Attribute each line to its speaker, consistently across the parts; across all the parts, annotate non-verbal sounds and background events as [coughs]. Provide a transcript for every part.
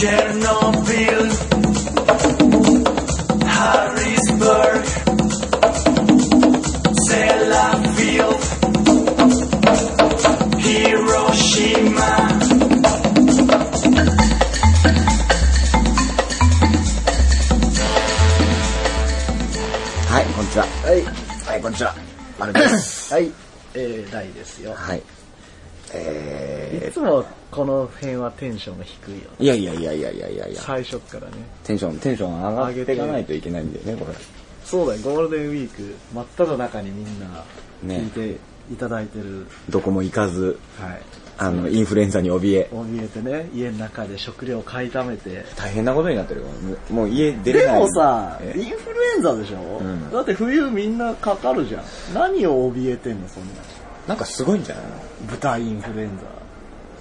Speaker 1: Chernobyl, Harrisburg, Sellafield, Hiroshima.
Speaker 2: はい、こんにちは。
Speaker 3: はい、
Speaker 2: はい、こんにちは。丸です。
Speaker 3: [coughs] はい、えー、大ですよ。
Speaker 2: はい。え
Speaker 3: いつもこの辺はテンションが低いよね。
Speaker 2: ー、いやいやいやいやいやいやいや、
Speaker 3: 最初っからね。
Speaker 2: テンション、テンション上がっていかないといけないんだよね、こ
Speaker 3: そうだよ、ゴールデンウィーク、真っ只中にみんな
Speaker 2: ね
Speaker 3: 聞いていただいてる。
Speaker 2: れ。どこも行かず、
Speaker 3: はい。
Speaker 2: あの、インフルエンザに怯え。
Speaker 3: 怯えてね、家の中で食料買いためて。
Speaker 2: 大変なことになってるよ。もう家出れ
Speaker 3: で
Speaker 2: ない。
Speaker 3: もさ、
Speaker 2: え
Speaker 3: インフルエンザでしょ、
Speaker 2: ん
Speaker 3: だって冬みんなかかるじゃん。何を怯えてんの、そんな。
Speaker 2: なんかすごいんじゃない
Speaker 3: 豚インフルエン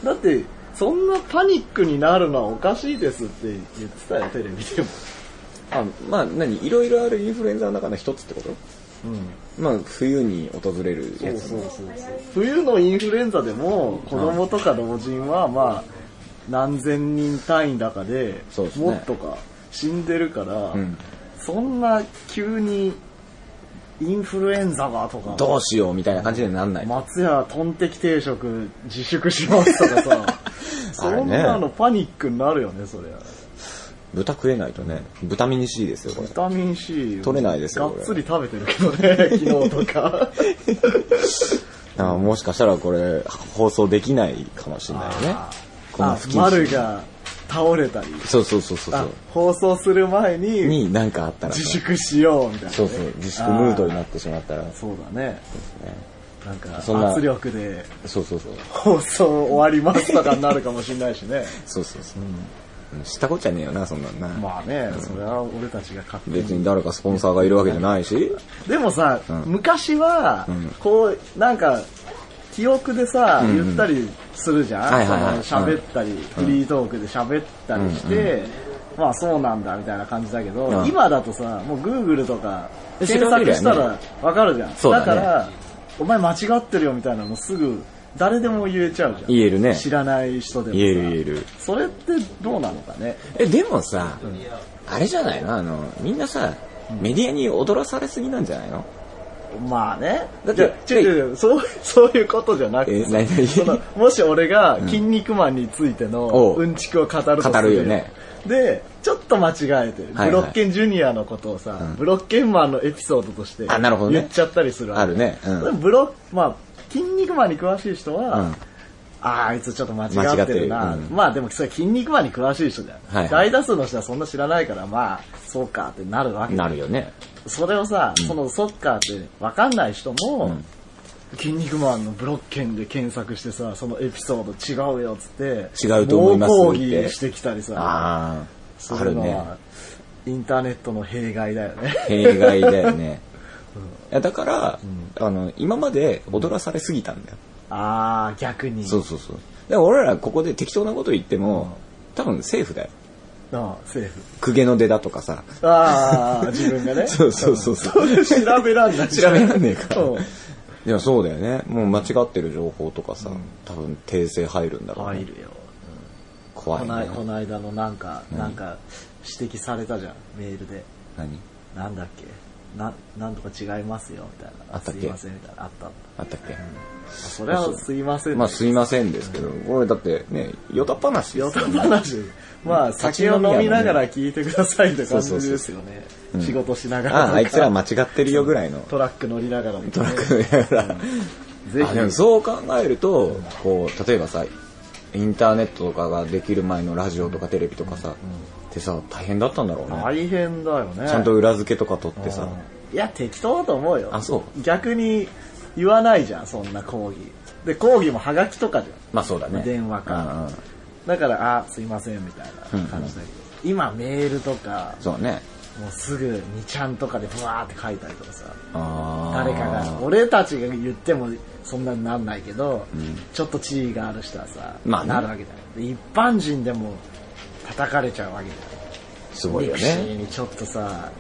Speaker 3: ザ。だって、そんなパニックになるのはおかしいですって言ってたよ、テレビでも。
Speaker 2: あ、まあ、何いろいろあるインフルエンザの中の一つってこと
Speaker 3: うん。
Speaker 2: まあ、冬に訪れるやつ。
Speaker 3: そうそうそう冬のインフルエンザでも子供とか老人はまあ何千人単位だかで
Speaker 2: そうですね
Speaker 3: もっとか死んでるから、
Speaker 2: ん
Speaker 3: そんな急にインフルエンザがとか
Speaker 2: どうしようみたいな感じになんない。
Speaker 3: 松屋トンテキ定食自粛しますとかさそんな
Speaker 2: [laughs] あれ
Speaker 3: のパニックになるよねそれは
Speaker 2: 豚食えないとね、豚ミニ C ですよ、これ
Speaker 3: ビ。タミン C
Speaker 2: 取れないですよこ
Speaker 3: がっ
Speaker 2: れ
Speaker 3: つり食べてるけどね昨日とか
Speaker 2: あもしかしたらこれ、放送できないかもしれないよね
Speaker 3: あ。
Speaker 2: [laughs] この
Speaker 3: あ
Speaker 2: 不謹慎
Speaker 3: 丸が倒れたり
Speaker 2: そうそうそうそうそ
Speaker 3: あ
Speaker 2: う。
Speaker 3: 放送する前に
Speaker 2: に何かあったらね、
Speaker 3: 自粛しようみたいなね、
Speaker 2: そうそう、自粛ムードになってしまったら
Speaker 3: あー、そうだねなんか
Speaker 2: そんな
Speaker 3: 圧力で
Speaker 2: そうそうそう。
Speaker 3: 放送終わりますとかになるかもしれないしね
Speaker 2: そうそうそう。うん知ったこっちゃねえよな、そんなんな。
Speaker 3: まあねそれは俺たちが勝手
Speaker 2: 別
Speaker 3: に
Speaker 2: に誰かスポンサーがいるわけじゃないし。
Speaker 3: でもさ、昔は、こうなんか記憶でさ、言ったりするじゃん、
Speaker 2: はいはいはい
Speaker 3: その喋ったり、フリートークで喋ったりして、まあそうなんだみたいな感じだけど、
Speaker 2: うん
Speaker 3: 今だとさもう Google とか
Speaker 2: で
Speaker 3: 検索し
Speaker 2: 調
Speaker 3: た
Speaker 2: べれば
Speaker 3: らわかるじゃん、
Speaker 2: そうだね
Speaker 3: からお前間違ってるよみたいなのもすぐ誰でも言えちゃうじゃん
Speaker 2: 言えるね
Speaker 3: 知らない人でもさ
Speaker 2: 言える言える。
Speaker 3: それってどうなのかね
Speaker 2: え、でもさ、あれじゃないのあの、みんなさ、メディアに踊らされすぎなんじゃないの
Speaker 3: まあね。
Speaker 2: だって
Speaker 3: 違う違う違うそう、そういうことじゃなく
Speaker 2: え
Speaker 3: て、
Speaker 2: 何々
Speaker 3: そのもし俺が筋肉マンについて
Speaker 2: お
Speaker 3: の
Speaker 2: う
Speaker 3: うんちくを語るとする
Speaker 2: 語るよね。
Speaker 3: で、ちょっと間違えて、
Speaker 2: はい
Speaker 3: ブロッケンジュニアのことをさ、ブロッケンマンのエピソードとして
Speaker 2: あなるほどね
Speaker 3: 言っちゃったりするわけ
Speaker 2: あるねうん
Speaker 3: でもブロッ、まあ、筋肉マンに詳しい人は、
Speaker 2: うん
Speaker 3: あーあいつちょっと間違ってる
Speaker 2: 間違
Speaker 3: な。
Speaker 2: ってるうん
Speaker 3: まあでもそれ筋肉マンに詳しい人だよ、
Speaker 2: はいはい
Speaker 3: 大多数の人はそんな知らないから、まあ、そうかってなるわけ
Speaker 2: なるよね。
Speaker 3: それをさ、そのソッカーって分かんない人も、筋肉マンのブロッケンで検索してさ、そのエピソード違うよっつって、
Speaker 2: 違うと思います
Speaker 3: 猛抗
Speaker 2: って
Speaker 3: 議してきたりさ、
Speaker 2: ああ、
Speaker 3: そ
Speaker 2: あ
Speaker 3: うい
Speaker 2: る
Speaker 3: うの
Speaker 2: ね。
Speaker 3: は、インターネットの弊害だよね。
Speaker 2: 弊害だよね。いやだから、あの、今まで踊らされすぎたんだよ。
Speaker 3: [laughs] あー、逆に。
Speaker 2: そうそうそう。でも俺らここで適当なこと言っても、多分セーフだよ。
Speaker 3: あーセーフ。
Speaker 2: 公家の出だとか
Speaker 3: [laughs]
Speaker 2: さ。
Speaker 3: あー、自分がね。
Speaker 2: [laughs] そうそうそうそう。
Speaker 3: 調べらんない。
Speaker 2: 調べらんねえから
Speaker 3: うん。
Speaker 2: いや、そうだよね。もう間違ってる情報とかさ、多分訂正入るんだろうね、
Speaker 3: 入るよ。
Speaker 2: 怖
Speaker 3: こ
Speaker 2: い、
Speaker 3: ない
Speaker 2: ね。
Speaker 3: この間のなんか、なんか指摘されたじゃん、メールで。
Speaker 2: 何
Speaker 3: なんだっけな、なんとか違いますよ、みたいな。
Speaker 2: あったっけ
Speaker 3: すいません、みたいな。あったあっ
Speaker 2: あったっけ、
Speaker 3: た。それはすいません。
Speaker 2: まあ、すいませんですけど、これだってね、よた話で
Speaker 3: よ
Speaker 2: す
Speaker 3: た
Speaker 2: よ、ね。
Speaker 3: 話。まあ、酒を飲みながら聞いてくださいって感じ
Speaker 2: そうそうそう
Speaker 3: ですよね。仕事しながらと
Speaker 2: あ
Speaker 3: か。
Speaker 2: あ、あいつら間違ってるよぐらいの。
Speaker 3: トラック乗りながらと
Speaker 2: ト
Speaker 3: か
Speaker 2: ラ
Speaker 3: ね
Speaker 2: ックやら。
Speaker 3: ぜ
Speaker 2: あでも
Speaker 3: ひ。
Speaker 2: そう考えるとこう例えばさインターネットとかができる前のラジオとかテレビとかさ、ってさ大変だったんだろうね、
Speaker 3: 大変だよね。
Speaker 2: ちゃんと裏付けとか取って
Speaker 3: う
Speaker 2: さ
Speaker 3: んいや、適当だと思うよ。。
Speaker 2: あそう
Speaker 3: 逆に言わないじゃん、そんな講義。で、講義もハガキとかじゃん。
Speaker 2: まあそうだね
Speaker 3: 電話か
Speaker 2: うんうん
Speaker 3: だから、あ、すいません、みたいな感じだけど。今、メールとか、
Speaker 2: そうね
Speaker 3: もうすぐ2ちゃんとかでブワーって書いたりとかさ、
Speaker 2: あー
Speaker 3: 誰かが、俺たちが言ってもそんなになんないけど、ちょっと地位がある人はさ、
Speaker 2: まあね
Speaker 3: なるわけじゃない。一般人でも叩かれちゃうわけじゃ
Speaker 2: す
Speaker 3: な
Speaker 2: ご
Speaker 3: い。
Speaker 2: い
Speaker 3: ミ
Speaker 2: よ
Speaker 3: クシー
Speaker 2: ね
Speaker 3: にちょっとさ、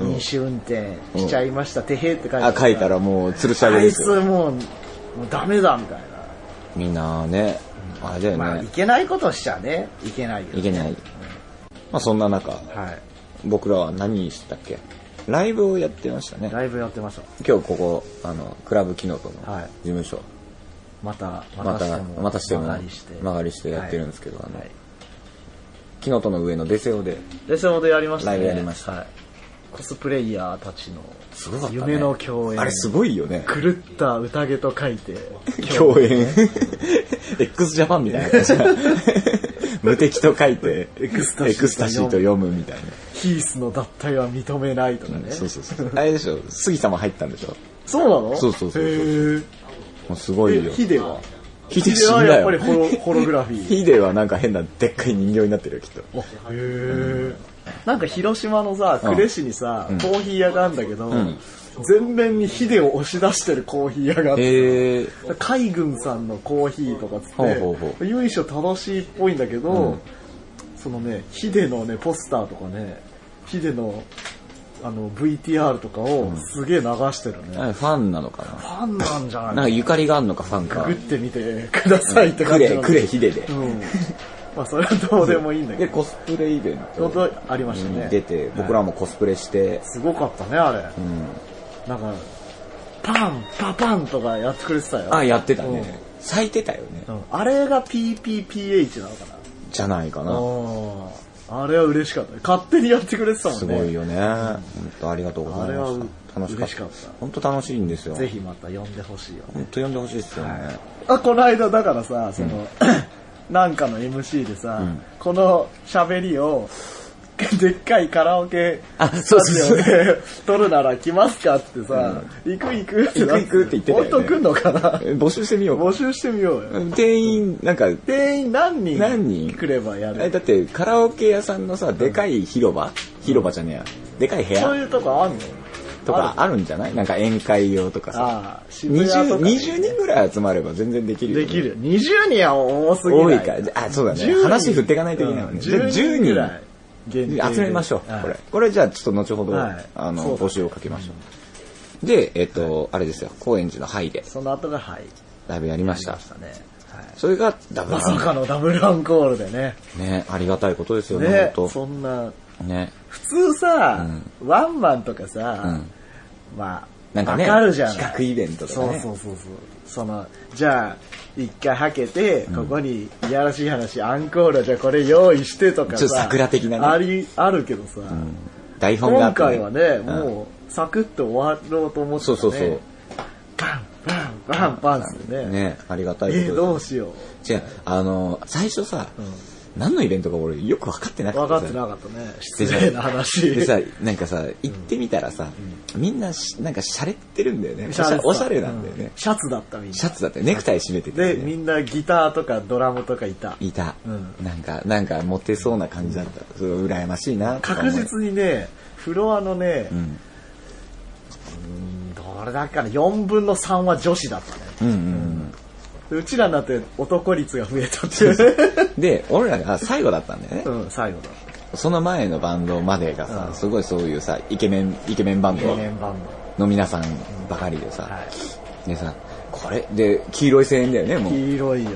Speaker 3: 飲酒運転しちゃいました、てへーって書いて
Speaker 2: あ書いた
Speaker 3: ら、
Speaker 2: らもう吊るし上げ
Speaker 3: あ
Speaker 2: で
Speaker 3: い
Speaker 2: す
Speaker 3: つ
Speaker 2: よ
Speaker 3: もう、もうダメだみたい
Speaker 2: みんなねあれだよね、
Speaker 3: な。まあ、いけないことしちゃね、いけないよ。
Speaker 2: いけないまあそんな中、
Speaker 3: はい。
Speaker 2: 僕らは何したっけライブをやってましたね。
Speaker 3: ライブやってました。
Speaker 2: 今日ここ、あの、クラブキノトの事
Speaker 3: はい
Speaker 2: 務所、
Speaker 3: また、
Speaker 2: また、またしても、
Speaker 3: 曲がりして。
Speaker 2: 曲がりしてやってるんですけど、あ
Speaker 3: は
Speaker 2: の
Speaker 3: い、。
Speaker 2: キノトの上の出世オで、
Speaker 3: レセモでやりましたね。
Speaker 2: ライブやりました
Speaker 3: はい。コスプレイヤーたちの
Speaker 2: すごかったね。
Speaker 3: 夢の共演。
Speaker 2: あれすごいよね。
Speaker 3: 狂った宴と書
Speaker 2: [laughs]
Speaker 3: いて、
Speaker 2: 共演。x ジャパンみたいな感じだ [laughs] 無敵と書いて、エク
Speaker 3: スタシ
Speaker 2: シーと
Speaker 3: ーと読む
Speaker 2: 読むみたいな。
Speaker 3: ヒースの脱退は認めないとかね。
Speaker 2: そうそうそう。あれでしょ、杉様入ったんでしょ
Speaker 3: そうなの
Speaker 2: そうそうそうそう
Speaker 3: へー
Speaker 2: もうすごいよ
Speaker 3: え。ヒデは
Speaker 2: ヒデ
Speaker 3: ヒデ
Speaker 2: 死ん
Speaker 3: は
Speaker 2: だ
Speaker 3: やっぱり
Speaker 2: よ。 [laughs]
Speaker 3: ホロホログラフィー。
Speaker 2: ヒデはなんか変なでっかい人形になってるよ、きっと。
Speaker 3: へえ。なんか広島のさ、呉市にさ、コーヒー屋があるんだけど、全面にヒデを押し出してるコーヒー屋があって、
Speaker 2: へえー、
Speaker 3: 海軍さんのコーヒーとかつって、
Speaker 2: ほうほうほ
Speaker 3: 由緒楽しいっぽいんだけど、そのね、ヒデのね、ポスターとかね、ヒデの、あの、VTR とかをすげえ流してるね。フ
Speaker 2: なんかファンなのかな
Speaker 3: ァンなんじゃ
Speaker 2: なん
Speaker 3: な
Speaker 2: か
Speaker 3: い
Speaker 2: ゆかりがあんのか、ファンか
Speaker 3: 食。ってみてくださいって
Speaker 2: く
Speaker 3: 感じな
Speaker 2: れ、
Speaker 3: の
Speaker 2: くれ、ヒデで
Speaker 3: う。ん。まあ、それはどうでもいいんだけ
Speaker 2: で、
Speaker 3: ど。
Speaker 2: コスプレイベン
Speaker 3: ちょう
Speaker 2: ト
Speaker 3: どありましたね
Speaker 2: に。出て、僕らもコスプレして、
Speaker 3: すごかったね、あれ。なんか、パン、パパンとかやってくれてたよ。
Speaker 2: あ、やってたね。咲いてたよね
Speaker 3: う。んあれが PPPH なのかな。
Speaker 2: じゃないかな。
Speaker 3: あーあれは嬉しかったね。勝手にやってくれてたもんね。
Speaker 2: すごいよね。本当ありがとうございま
Speaker 3: あれは
Speaker 2: した。楽しか
Speaker 3: 嬉
Speaker 2: っ
Speaker 3: しか
Speaker 2: た
Speaker 3: った。
Speaker 2: 本当楽しいんですよ。
Speaker 3: ぜひまた呼んでほしいよね。
Speaker 2: 本当呼んでほしいですよね。
Speaker 3: あ、この間だからさ、その、なんかの MC でさ、この喋りを、でっかいカラオケ
Speaker 2: あそうそうそう
Speaker 3: スタジオで撮るなら来ますかってさ、行く行くってな
Speaker 2: 行く行くって言ってたよね
Speaker 3: 本当来んのかな
Speaker 2: え募集してみよ
Speaker 3: 募
Speaker 2: う。
Speaker 3: 集してみようよ。
Speaker 2: 定員、なんか、
Speaker 3: 定員何人
Speaker 2: 何人
Speaker 3: 来ればや
Speaker 2: え
Speaker 3: る
Speaker 2: だってカラオケ屋さんのさ、でかい広場広場じゃねえや。でかい部
Speaker 3: そう
Speaker 2: 屋
Speaker 3: いうとこあんの
Speaker 2: とかあるんじゃないなんか宴会用とかさ。
Speaker 3: ああ、渋谷
Speaker 2: 20,
Speaker 3: とかね
Speaker 2: 20人ぐらい集まれば全然できるよね、
Speaker 3: できる。20人は多すぎ
Speaker 2: 多
Speaker 3: ない
Speaker 2: か。あ、そうだね。話振っていかないといけないもんね。じゃあ
Speaker 3: 10人ぐらい
Speaker 2: 10
Speaker 3: 限定
Speaker 2: 人
Speaker 3: で
Speaker 2: 集めましょう。
Speaker 3: はい
Speaker 2: これ。これじゃあちょっと後ほど、
Speaker 3: はい
Speaker 2: あ
Speaker 3: そ
Speaker 2: の、
Speaker 3: うだ
Speaker 2: 募集をかけましょう。で、えっと、あれですよ。高円寺のハイで
Speaker 3: その後がはい。
Speaker 2: ライブやりまし
Speaker 3: ま
Speaker 2: た
Speaker 3: し。たね。はい
Speaker 2: それがダブル
Speaker 3: ま
Speaker 2: ア
Speaker 3: さ
Speaker 2: ン
Speaker 3: かのダブルアンコールでね。
Speaker 2: ね、ありがたいことですよね、
Speaker 3: ね、
Speaker 2: 本
Speaker 3: そんな、
Speaker 2: 当ね。
Speaker 3: 普通さ、ワンマンとかさ、まあ、
Speaker 2: なんかね、
Speaker 3: わかるじゃん。
Speaker 2: 企画イベントとか
Speaker 3: そう
Speaker 2: ね。
Speaker 3: そうそうそう。その、じゃあ、一回はけて、ここにいやらしい話、アンコールはじゃあこれ用意してとかさ。
Speaker 2: ちょっと桜的なね
Speaker 3: あり、あるけどさ、
Speaker 2: 台本があっ
Speaker 3: 今
Speaker 2: て
Speaker 3: 回はね、
Speaker 2: ん
Speaker 3: もう、サクッと終わろうと思って
Speaker 2: そ
Speaker 3: たね。
Speaker 2: うそうそう。
Speaker 3: バン、バン、バン、バンっすね。
Speaker 2: ね、ありがたい
Speaker 3: え
Speaker 2: ことで
Speaker 3: ー、
Speaker 2: す。
Speaker 3: どうしよ
Speaker 2: 違う、あの、最初さ、何のイベントか俺よく分かってな
Speaker 3: う。
Speaker 2: くてさ
Speaker 3: 分かってなかったね。失礼な話。 [laughs]
Speaker 2: でさ、なんかさ、行ってみたらさ、みんなし、なんか洒落ってるんだよね。おし
Speaker 3: シャツ
Speaker 2: ゃ
Speaker 3: さ
Speaker 2: おしゃれなんだよ
Speaker 3: う
Speaker 2: ね。
Speaker 3: シャツだったみんな。
Speaker 2: シャツだって、ネクタイ締めてて、
Speaker 3: で、
Speaker 2: ね。
Speaker 3: みんなギターとかドラムとかいた。
Speaker 2: いた、
Speaker 3: うん
Speaker 2: なんか、なんか、モテそうな感じだった。それ羨ましいな。
Speaker 3: 確
Speaker 2: に。
Speaker 3: 実にね、フロアのね、うんーんどれだっけかな、4分の3は女子だったね。
Speaker 2: うんうん
Speaker 3: でうちらになって男率が増えたっていうね。
Speaker 2: うん。で、俺らが最後だったんだよね。
Speaker 3: うん、最後だっ
Speaker 2: その前のバンドまでがさ、
Speaker 3: うん
Speaker 2: すごいそういうさ、イケメン、イケメンバン
Speaker 3: た。
Speaker 2: ド
Speaker 3: メンバンド。
Speaker 2: の皆さんばかりでさ、
Speaker 3: は
Speaker 2: でさ、これ、で、黄色い声援だよね、
Speaker 3: い。
Speaker 2: もう。
Speaker 3: 黄色いよ。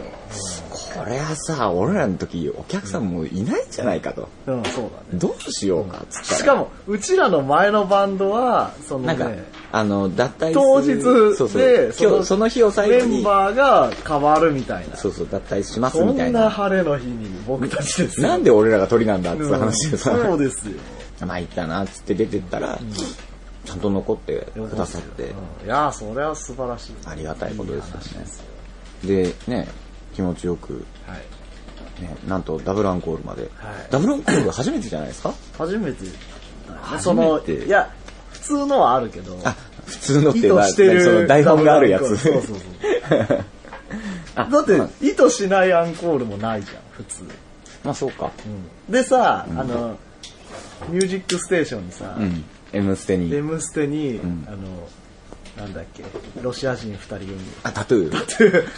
Speaker 2: これはさ、俺らの時、お客さんもういないんじゃないかと。
Speaker 3: うん、そうだね。
Speaker 2: どうしようか、つったら。
Speaker 3: しかも、うちらの前のバンドは、その
Speaker 2: なんか
Speaker 3: ね、、
Speaker 2: あの、脱退する
Speaker 3: 当日
Speaker 2: そうそ
Speaker 3: で
Speaker 2: う、今日、その日を最
Speaker 3: メ
Speaker 2: 後
Speaker 3: ン
Speaker 2: に、
Speaker 3: バーが変わるみたいな。
Speaker 2: そうそう、脱退します
Speaker 3: そ
Speaker 2: みたい
Speaker 3: んな
Speaker 2: な。
Speaker 3: 晴れの日に僕たちですよ。
Speaker 2: なんで俺らが鳥なんだって話でさ、
Speaker 3: うんそうですよ。
Speaker 2: まいったな、つって出てったら、ちゃんと残ってくださって、
Speaker 3: うんいやー、それは素晴らしい。
Speaker 2: ありがたいことですよ
Speaker 3: いい話ですよ
Speaker 2: ね。で、ね、気持ちよく、
Speaker 3: はい。
Speaker 2: ね、なんとダブルアンコールまで
Speaker 3: はい。
Speaker 2: ダブルアンコール初めてじゃないですか
Speaker 3: 初めてだね、
Speaker 2: 初
Speaker 3: そ
Speaker 2: め
Speaker 3: の、
Speaker 2: て
Speaker 3: いや、普通のはあるけど、
Speaker 2: あ、普通のっ
Speaker 3: 意
Speaker 2: て
Speaker 3: 図
Speaker 2: な、
Speaker 3: してる。
Speaker 2: その台本があるやつ。
Speaker 3: そうそうそう。
Speaker 2: あ
Speaker 3: だって、
Speaker 2: まあ
Speaker 3: 意図しないアンコールもないじゃん、普通。
Speaker 2: まあそうか。
Speaker 3: でさ、あの、ミュージックステーションにさ、
Speaker 2: うん。M ステ
Speaker 3: レ
Speaker 2: に。
Speaker 3: ムステに、あの、なんだっけ、ロシア人二人組。 [laughs]
Speaker 2: あ、タトゥー。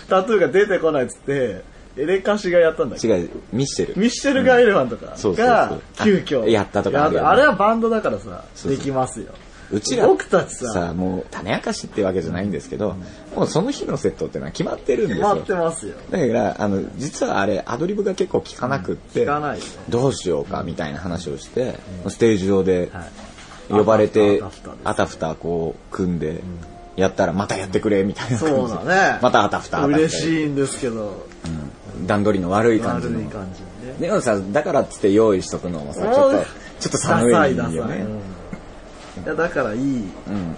Speaker 3: タトゥーが出てこないっつって、エレカシがやったんだっけ
Speaker 2: 違う、ミッシェル。
Speaker 3: ミッシェルガイレファンとか
Speaker 2: そうそうそう
Speaker 3: が、急遽。
Speaker 2: あやったとかあるよね
Speaker 3: あれはバンドだからさ、
Speaker 2: そうそ
Speaker 3: で
Speaker 2: う
Speaker 3: きますよ。
Speaker 2: うちら
Speaker 3: 僕たちさ
Speaker 2: さもう種明かしってわけじゃないんですけど、もうその日のセットってのは決まってるんです
Speaker 3: 決
Speaker 2: よ
Speaker 3: まってますよ。
Speaker 2: だからあの実はあれアドリブが結構効かなくって、
Speaker 3: 聞かないよね
Speaker 2: どうしようかみたいな話をして、ステージ上で
Speaker 3: はい
Speaker 2: 呼ばれて、
Speaker 3: あたふたです
Speaker 2: あたふたこう組んでやったらまたやってくれみたいな感じで
Speaker 3: そうだね
Speaker 2: [laughs] またあたふたあたふた
Speaker 3: 嬉しいんですけど、
Speaker 2: 段取りの悪い感
Speaker 3: 悪
Speaker 2: じの
Speaker 3: い感じにね。
Speaker 2: でもさだからっつって用意しとくのもさちょっ
Speaker 3: おい
Speaker 2: とちょっと寒い
Speaker 3: ダサ
Speaker 2: ん
Speaker 3: い
Speaker 2: よ
Speaker 3: ダサい
Speaker 2: ね
Speaker 3: うんいや、だからいい
Speaker 2: うん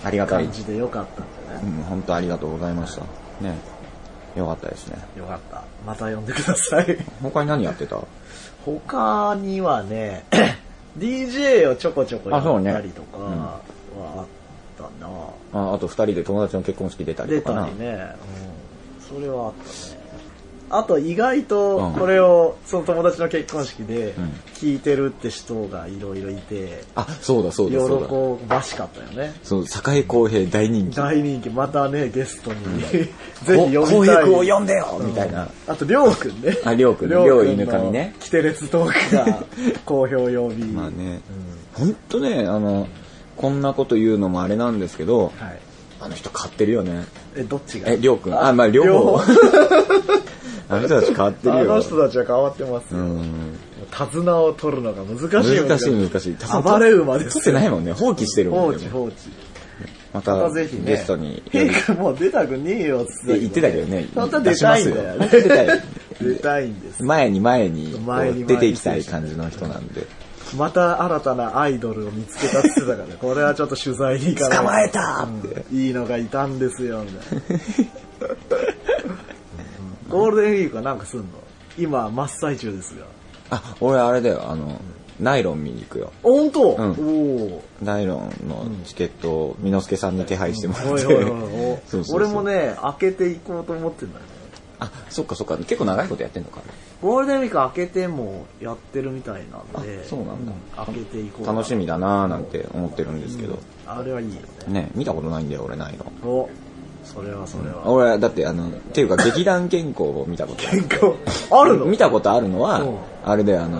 Speaker 2: ありがたい
Speaker 3: 感じでよかったんじゃな
Speaker 2: うん本当ありがとうございましたねよかったですね
Speaker 3: いよかった。また呼んでください。
Speaker 2: 他に何やってた
Speaker 3: 他には
Speaker 2: [coughs]
Speaker 3: ね、DJ をちょこちょこやったりとかはあったな。
Speaker 2: ああと2人で友達の結婚式出たり
Speaker 3: 出
Speaker 2: とか
Speaker 3: た
Speaker 2: な
Speaker 3: りね、うん、それはあったねあと意外と
Speaker 2: うん
Speaker 3: これをその友達の結婚式で
Speaker 2: ん
Speaker 3: 聞いてるって人がいろいろいて
Speaker 2: あそうだそうだそうだ
Speaker 3: 喜ばしかったよね
Speaker 2: そう、堺公平大人気。
Speaker 3: 大人気またねゲストに [laughs] ぜひ呼びたい
Speaker 2: 公平君を呼んでよみたいな。
Speaker 3: あと、りょうくんね。
Speaker 2: ありょうくん
Speaker 3: りょうくん
Speaker 2: りょう犬神ね
Speaker 3: キテレツトーク
Speaker 2: [laughs]
Speaker 3: が、好評曜日。
Speaker 2: まあね、ほんとね、あの、こんなこと言うのもあれなんですけど、
Speaker 3: はい。
Speaker 2: あの人買ってるよね。
Speaker 3: え、どっちが
Speaker 2: え、りょうくん。あ、まあ両方。 [laughs] あの人たち買って
Speaker 3: あ
Speaker 2: るよ。
Speaker 3: の人たちは変わってます
Speaker 2: う
Speaker 3: よ。
Speaker 2: ん。
Speaker 3: 手綱を取るのが難しいよね
Speaker 2: 難しい難しい。
Speaker 3: 暴れ馬で
Speaker 2: 取
Speaker 3: す
Speaker 2: ってないもんね。放棄してる
Speaker 3: 放
Speaker 2: もん
Speaker 3: 置
Speaker 2: ね。
Speaker 3: 放置。
Speaker 2: ま
Speaker 3: ま
Speaker 2: た、
Speaker 3: たぜひね。
Speaker 2: ゲストに呼
Speaker 3: ヘ [laughs]
Speaker 2: び
Speaker 3: イ君もう出たくねえよって
Speaker 2: 言ってたけどね。
Speaker 3: 本当は出たいんだよね。
Speaker 2: 出しますよ出たい
Speaker 3: 出たいんです。
Speaker 2: 前に前にこ
Speaker 3: 前に前
Speaker 2: う
Speaker 3: に
Speaker 2: 出ていきたい感じの人なんで。
Speaker 3: また新たなアイドルを見つけたって言ってたから
Speaker 2: [laughs]
Speaker 3: ね、これはちょっと取材に行かない
Speaker 2: 捕まえたって。
Speaker 3: いいのがいたんですよ、みたいな。ゴールデンウィークはなんかすんの今、真っ最中ですが。
Speaker 2: あ、俺あれだよ、あの、ナイロン見に行くよ。
Speaker 3: 本当、
Speaker 2: うん
Speaker 3: おー
Speaker 2: ナイロンのチケットを、みのすけさんに手配してもら
Speaker 3: お
Speaker 2: っ
Speaker 3: い
Speaker 2: て。
Speaker 3: おいおいおい
Speaker 2: [laughs] そうそうそう
Speaker 3: 俺も。ね、開けていこうと思ってんだよね。
Speaker 2: あ、そっかそっか、結構長いことやってんのか。
Speaker 3: ゴールデンウィーク開けてもやってるみたいなんで、
Speaker 2: あそうなんだ
Speaker 3: 開けていこうかな
Speaker 2: 楽しみだなーなんて思ってるんですけど。
Speaker 3: あれはいいよね。
Speaker 2: ね、見たことないんだよ、俺、ナイロン。
Speaker 3: お、それはそれは。
Speaker 2: 俺、だって、あの、っていうか、劇団健康を見たことある。
Speaker 3: 健康、あるの
Speaker 2: 見たことあるのは
Speaker 3: うん、
Speaker 2: あれだよ、あの、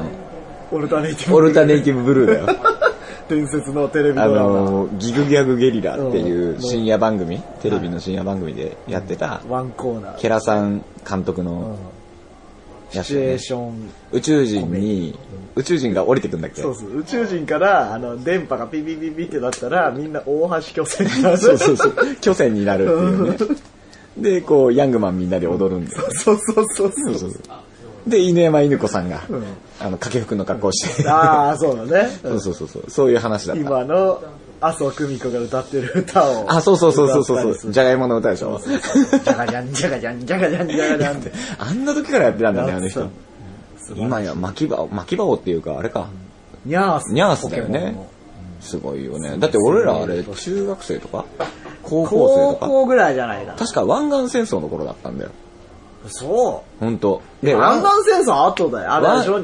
Speaker 3: オルタネイティブ。
Speaker 2: オルタネイティブブルーだよ。
Speaker 3: [laughs] 伝説のテレビド
Speaker 2: あ
Speaker 3: ラマ。
Speaker 2: の、ギグギャグゲリラってい
Speaker 3: うん
Speaker 2: う深夜番組、テレビの深夜番組でやってた、
Speaker 3: ワンコーナー。
Speaker 2: ケラさん監督の
Speaker 3: シ
Speaker 2: やつ
Speaker 3: チ
Speaker 2: だ
Speaker 3: ュ
Speaker 2: よ
Speaker 3: エ
Speaker 2: ね
Speaker 3: ーション。
Speaker 2: 宇宙人に、宇宙人が降りてくんだっけ
Speaker 3: そうそう。宇宙人から、あの、電波がピピピピってなったら、みんな大橋巨船になる。
Speaker 2: そうそうそう。巨船になるっていうね。で、こう、ヤングマンみんなで踊るんだよ。
Speaker 3: [laughs] そうそうそうそう。
Speaker 2: そうそうで、犬山犬子さんが、あの、掛服の格好をして。
Speaker 3: ああ、そうだね。
Speaker 2: そうそうそうそう。そういう話だった。
Speaker 3: 今の、麻生久美子が歌ってる歌を。
Speaker 2: あ、そうそうそうそう
Speaker 3: 歌った
Speaker 2: そ
Speaker 3: り
Speaker 2: う
Speaker 3: す
Speaker 2: そ
Speaker 3: る
Speaker 2: う。じゃがいもの歌でしょ。
Speaker 3: じゃがじゃんじゃがじゃんじゃがじゃんじゃがじゃんって。
Speaker 2: [laughs] あんな時からやってたんだね、
Speaker 3: や
Speaker 2: あ
Speaker 3: っ
Speaker 2: の
Speaker 3: てた
Speaker 2: 人。今や、巻き場、巻き場っていうか、あれか。
Speaker 3: ニャース。
Speaker 2: ニャースだよ
Speaker 3: ポケモン
Speaker 2: ね
Speaker 3: の。
Speaker 2: すごいよね。だって俺らあれ、中学生とか高校
Speaker 3: 高
Speaker 2: 生とか
Speaker 3: 校ぐらいじゃないな。
Speaker 2: 確か湾岸戦争の頃だったんだよ。
Speaker 3: そう。
Speaker 2: ほんと。で、
Speaker 3: 湾岸戦争後だよ。あれ
Speaker 2: 湾
Speaker 3: でしょ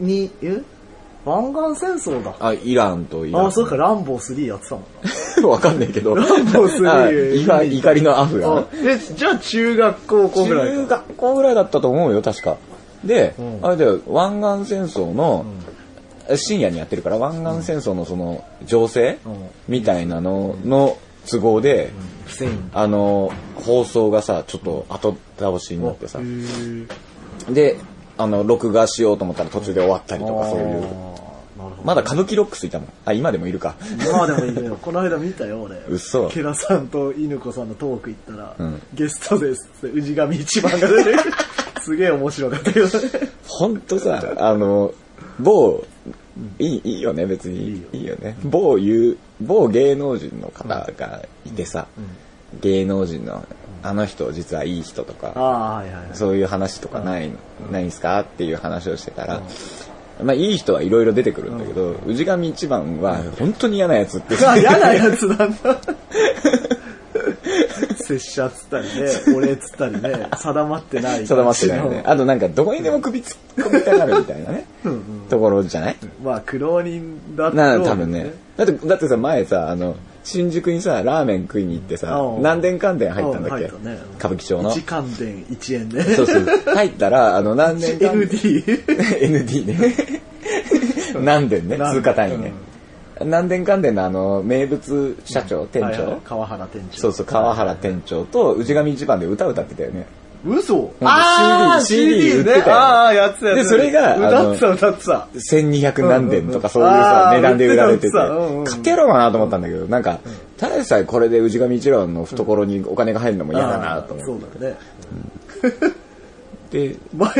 Speaker 3: に、え湾岸戦争だ。
Speaker 2: あ、イランとイラン。
Speaker 3: あ、そうか、ランボー3やってたもん
Speaker 2: [laughs] わかんないけど。
Speaker 3: もうすぐ
Speaker 2: あ怒り怒りのアフ
Speaker 3: な。あ
Speaker 2: が。
Speaker 3: え、じゃあ中学高校ぐらい
Speaker 2: 中
Speaker 3: か。
Speaker 2: 学校ぐらいだったと思うよ、確か。で、
Speaker 3: うん
Speaker 2: あれだよ、湾岸戦争の、深夜にやってるから、湾岸戦争のその、情勢、
Speaker 3: うん
Speaker 2: みたいなのの都合で、
Speaker 3: 不正に。
Speaker 2: あの、放送がさ、ちょっと後倒しになってさ
Speaker 3: へ、ー
Speaker 2: で、あの、録画しようと思ったら途中で終わったりとか、
Speaker 3: あー
Speaker 2: そういう。
Speaker 3: なるほど。
Speaker 2: まだ歌舞伎ロックスいたもん。あ、今でもいる
Speaker 3: [laughs]
Speaker 2: か。
Speaker 3: まあでもいいよ。この間見たよ、俺。
Speaker 2: 嘘
Speaker 3: ケラさんと犬子さんのトーク行ったら、
Speaker 2: ん
Speaker 3: ゲストですって、氏神一番が
Speaker 2: [laughs]
Speaker 3: 出てる。すげえ面白かったけどね。
Speaker 2: ほんとさ、あの、某、いいいいよね、別に。い
Speaker 3: い
Speaker 2: い
Speaker 3: い
Speaker 2: よ
Speaker 3: よ
Speaker 2: ね。某有、某芸能人の方がいてさ、芸能人の、あの人実はいい人とか、
Speaker 3: ああ、はいはいはい。
Speaker 2: そういう話とかない、ないんすかっていう話をしてたら、まあいい人はいろいろ出てくるんだけど、氏神一番は本当に嫌なやつって。
Speaker 3: [laughs] あ、嫌なやつなんだ。拙者っつったり
Speaker 2: [laughs]
Speaker 3: ね、俺っつったりね、定まってない。
Speaker 2: 定まってないよね。。あとなんかどこにでも首突っ込みたがるみたいなね、ところじゃない
Speaker 3: まあ、苦労人だ
Speaker 2: な
Speaker 3: ろう
Speaker 2: 多分ね。。だって、だってさ、前さ、あの、新宿にさ、ラーメン食いに行ってさ
Speaker 3: う、ん
Speaker 2: 何殿関殿入ったんだっけ
Speaker 3: うん入ったね
Speaker 2: 歌舞伎町の。
Speaker 3: 一関電1円ね。
Speaker 2: そうそう。入ったら、あの、何
Speaker 3: [laughs]
Speaker 2: 殿関 [laughs]
Speaker 3: ND。 [laughs]
Speaker 2: ND ね。何殿ね、
Speaker 3: 何殿
Speaker 2: 通過単位ね。何年かんでのあの、名物社長、店
Speaker 3: はいはい
Speaker 2: 長
Speaker 3: 川原店長。
Speaker 2: そうそう、川原店長と、宇治上一番で歌歌ってたよね。
Speaker 3: 嘘
Speaker 2: なんか CD
Speaker 3: CD
Speaker 2: 売ってたよ
Speaker 3: ああ、やってたやつ。
Speaker 2: でそれがあの
Speaker 3: 歌ってた、歌ってた。
Speaker 2: 1200何年とか
Speaker 3: うん
Speaker 2: そううんいう
Speaker 3: うん
Speaker 2: さ
Speaker 3: あ、ー
Speaker 2: 値段で売られてて、
Speaker 3: 売ってたうんうん
Speaker 2: 買ってやろうかなと思ったんだけど、なんか、ただでさえこれで宇治上一郎の懐にお金が入るのも嫌だなと
Speaker 3: そ
Speaker 2: 思っ
Speaker 3: うだよね。
Speaker 2: て、
Speaker 3: 前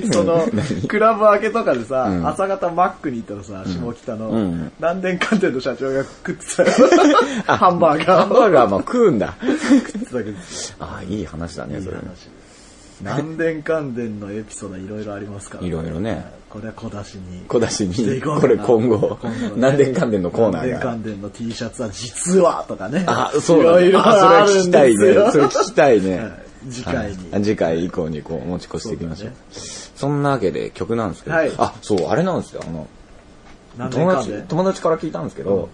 Speaker 3: に、その、クラブ明けとかでさ、
Speaker 2: ん
Speaker 3: 朝方マックに行ったらさ、下北の、
Speaker 2: うん
Speaker 3: 何年かんでの社長が食って
Speaker 2: [laughs]
Speaker 3: たよハンバーガ
Speaker 2: ハン
Speaker 3: ー
Speaker 2: バ
Speaker 3: を
Speaker 2: ーガーも食うん
Speaker 3: [laughs]
Speaker 2: だ。
Speaker 3: 食ってたけど、
Speaker 2: ああ、いい話だね、それ。
Speaker 3: 何年関連のエピソードいろいろありますから、
Speaker 2: いろいろね。
Speaker 3: これは小出しに。
Speaker 2: 小出し
Speaker 3: して
Speaker 2: に、
Speaker 3: いこう
Speaker 2: こ
Speaker 3: か
Speaker 2: れ
Speaker 3: な
Speaker 2: 今後、何年関連のコーナー
Speaker 3: 何年
Speaker 2: が。
Speaker 3: 関連の T シャツは実はとかね。 [laughs]
Speaker 2: あ、そうだ、
Speaker 3: いろい
Speaker 2: ね。
Speaker 3: ろ
Speaker 2: あ、
Speaker 3: あ
Speaker 2: それ
Speaker 3: る
Speaker 2: 聞き
Speaker 3: ん
Speaker 2: た
Speaker 3: で
Speaker 2: い
Speaker 3: す
Speaker 2: ね。
Speaker 3: よ。
Speaker 2: それ聞きたいね。
Speaker 3: はい次回に。
Speaker 2: はい次回以降にこう持ち越していきましょう。そんなわけで曲なんですけど、
Speaker 3: はい
Speaker 2: あ、そう、あれなんですよ。あの、
Speaker 3: 何年
Speaker 2: 友
Speaker 3: 間
Speaker 2: 達
Speaker 3: で、
Speaker 2: 友達から聞いたんですけど、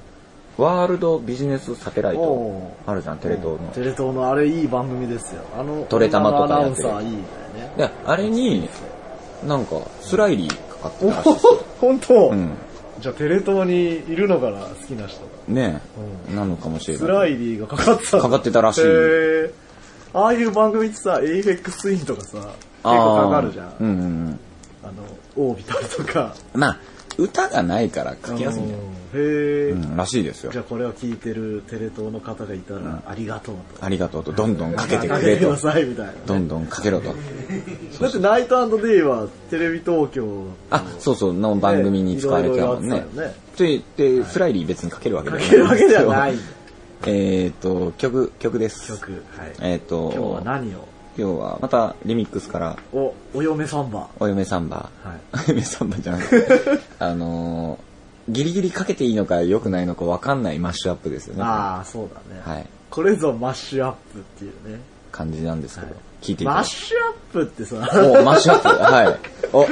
Speaker 2: ワールドビジネスサテライト
Speaker 3: お、
Speaker 2: あるじゃん、テレ東の。
Speaker 3: テレ東のあれいい番組ですよ。あの、
Speaker 2: トレタマとか
Speaker 3: アナ
Speaker 2: や
Speaker 3: ウ
Speaker 2: っ
Speaker 3: ン
Speaker 2: て
Speaker 3: サ
Speaker 2: る
Speaker 3: ーいいんだよ
Speaker 2: [laughs]
Speaker 3: ね。
Speaker 2: で、あれに、なんか、スライリーかかって
Speaker 3: お
Speaker 2: たらしいですよ。
Speaker 3: 本当、
Speaker 2: うん。
Speaker 3: じゃあテレ東にいるのかな、好きな人が。
Speaker 2: ねえ、なのかもしれない。
Speaker 3: スライリーがかかってたの
Speaker 2: かかってたらしい
Speaker 3: へーああいう番組ってさ、エイフェックスツインとかさ、結構かかるじゃん。
Speaker 2: あ
Speaker 3: あ
Speaker 2: ーうんうんうん。
Speaker 3: の、オービタルとか。
Speaker 2: まあ、歌がないから書きやすいんだよ。
Speaker 3: うんへえ、
Speaker 2: うん、らしいですよ
Speaker 3: じゃ。あこれを聞いてるテレ東の方がいたら、ありがとうと。
Speaker 2: ありがとうと、どんどんかけてく
Speaker 3: か
Speaker 2: れ
Speaker 3: けてく
Speaker 2: と
Speaker 3: だ。さいみたいな。
Speaker 2: どんどんかけろと。
Speaker 3: だってナイトデイはテレビ東京
Speaker 2: あ、そうそう、の番組に使われてたもんね
Speaker 3: いろいろやってたよね。
Speaker 2: と言って、スライリー別にかけるわけでは
Speaker 3: か
Speaker 2: ない。
Speaker 3: けるわけで [laughs] はない。
Speaker 2: えっと、曲、曲です。
Speaker 3: 曲。はい。
Speaker 2: えっと、
Speaker 3: 今日は何を
Speaker 2: 今日はまたリミックスから、
Speaker 3: お、お嫁サンバ。
Speaker 2: お嫁サンバ。
Speaker 3: はい。
Speaker 2: お嫁サンバじ
Speaker 3: [laughs]
Speaker 2: ゃなくて、あのー、ギリギリかけていいのか良くないのか分かんないマッシュアップですよね。は
Speaker 3: ああ、そうだね。
Speaker 2: い。
Speaker 3: これぞマッシュアップっていうね。
Speaker 2: 感じなんですけど、聞いていた
Speaker 3: マ
Speaker 2: だ
Speaker 3: ッ
Speaker 2: いて
Speaker 3: シュアップってさ、
Speaker 2: お、マッシュアップ。はい。お、
Speaker 3: [laughs] い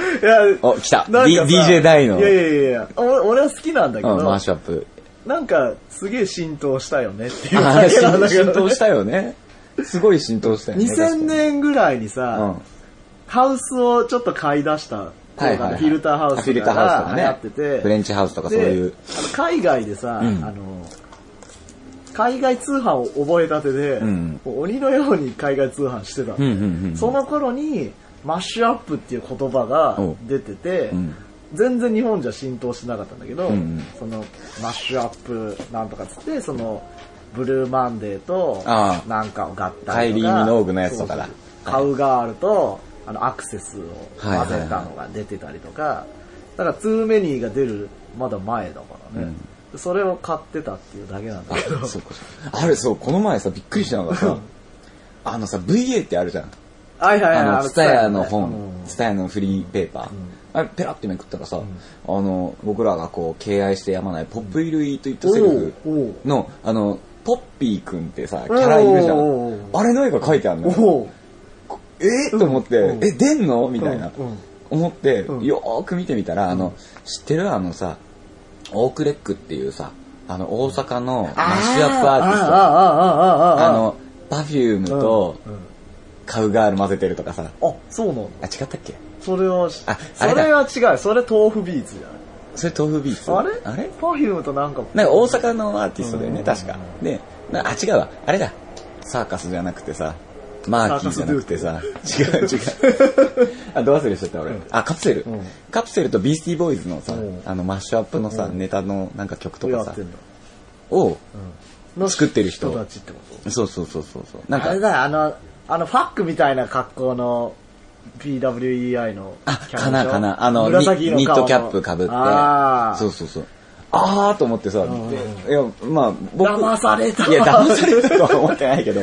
Speaker 3: や、
Speaker 2: お、来た。
Speaker 3: なん
Speaker 2: D-
Speaker 3: かさ
Speaker 2: DJ 大の。
Speaker 3: いやいやいやいや、お俺は好きなんだけ
Speaker 2: うん、マッ
Speaker 3: ど、
Speaker 2: シュアップ。
Speaker 3: なんか、すげえ浸透したよねって
Speaker 2: [laughs]
Speaker 3: いう
Speaker 2: あ
Speaker 3: だ
Speaker 2: ー
Speaker 3: けなんだ
Speaker 2: 浸
Speaker 3: けど
Speaker 2: 浸透したよね。すごい浸透したよね。
Speaker 3: 2000年ぐらいに
Speaker 2: 確かに。
Speaker 3: さ、ハウスをちょっと買い出した
Speaker 2: うん。
Speaker 3: 頃がね、フィルターハウ
Speaker 2: あフィ
Speaker 3: ス
Speaker 2: ルターハウスと
Speaker 3: が
Speaker 2: か
Speaker 3: 流
Speaker 2: ね。
Speaker 3: 行ってて、
Speaker 2: フレンチハウスとかそういう
Speaker 3: で。あの海外でさ、
Speaker 2: うん
Speaker 3: あの海外通販を覚えたてで、
Speaker 2: うん
Speaker 3: もう鬼のように海外通販してた、
Speaker 2: うんうんうん
Speaker 3: その頃にマッシュアップっていう言葉が出てて、
Speaker 2: うん
Speaker 3: 全然日本じゃ浸透してなかったんだけど、
Speaker 2: うんうん
Speaker 3: そのマッシュアップなんとかっつってそのブルーマンデーと
Speaker 2: ああ
Speaker 3: なんかを合体とか
Speaker 2: カイリー・ミノーグのやつとかだ
Speaker 3: そうそうカウガールとあのアクセスを混
Speaker 2: はいはいはい
Speaker 3: ぜたのが出てたりとか、だから2メニーが出るまだ前だからね、それを買ってたっていうだけなんだ
Speaker 2: あ、
Speaker 3: け
Speaker 2: そう
Speaker 3: ど
Speaker 2: かそうか。あれ、そう、この前さ、びっくりしたのがさ、あのさ、VA ってあるじゃん。
Speaker 3: はいはいはい
Speaker 2: あの、ツタヤの
Speaker 3: うん
Speaker 2: 本、ツタヤのフリーペーパー。あれ、ペラってめくったらさ、あの、僕らがこう、敬愛してやまない、ポップイルイといったセリフ
Speaker 3: おう
Speaker 2: の、あの、ポッピーくんってさ、キャラいるじゃ。
Speaker 3: おうおうおうん
Speaker 2: あれの絵が書いてあるの
Speaker 3: お
Speaker 2: よ。
Speaker 3: お
Speaker 2: えーと思って、
Speaker 3: うん
Speaker 2: え、出んのみたいな
Speaker 3: うんうん。
Speaker 2: 思って、
Speaker 3: うん
Speaker 2: よーく見てみたら、あの、知ってるあのさ、オークレックっていうさ、あの、大阪のマッシュアップアーティスト。
Speaker 3: あ
Speaker 2: あ
Speaker 3: ああああああ
Speaker 2: の、パフュームと
Speaker 3: うんうん
Speaker 2: カウガール混ぜてるとかさ。
Speaker 3: あそうなんだ
Speaker 2: あ、違ったっけ
Speaker 3: それはし
Speaker 2: ああ
Speaker 3: そ
Speaker 2: れだ
Speaker 3: れは違うそれ豆腐ビーツじゃない
Speaker 2: それ豆腐ビーツ
Speaker 3: あれ
Speaker 2: あれ
Speaker 3: パフュームとなんか
Speaker 2: なんか大阪のアーティストだよね、
Speaker 3: うん
Speaker 2: 確か。で、なあ、違うわ。あれだ。サーカスじゃなくてさ、マーキーじゃなくてさ、違う違う。
Speaker 3: [laughs]
Speaker 2: あ、ど忘れしちゃった俺。あ、カプセル
Speaker 3: うん。
Speaker 2: カプセルとビースティーボーイズのさ
Speaker 3: うん、
Speaker 2: あの、マッシュアップのさ、ネタのなんか曲と
Speaker 3: や
Speaker 2: か
Speaker 3: っ
Speaker 2: さ
Speaker 3: て、んだ
Speaker 2: を、
Speaker 3: の
Speaker 2: 作ってる人
Speaker 3: 人たちってこと
Speaker 2: そうそうそうそうそう。なん
Speaker 3: あれ
Speaker 2: か、
Speaker 3: だよ、あの、あの、ファックみたいな格好の PWEI のキ
Speaker 2: あ
Speaker 3: ャラでし、ょ。
Speaker 2: かなかな。あの、ニ
Speaker 3: 紫の
Speaker 2: ニッ
Speaker 3: 顔
Speaker 2: ト
Speaker 3: の
Speaker 2: キャップかぶって。
Speaker 3: あ
Speaker 2: そう
Speaker 3: あ。
Speaker 2: そうそう。あーと思ってさ、見ていや、まあ、僕。
Speaker 3: 騙されたわ
Speaker 2: いや、騙されたとは思ってないけど、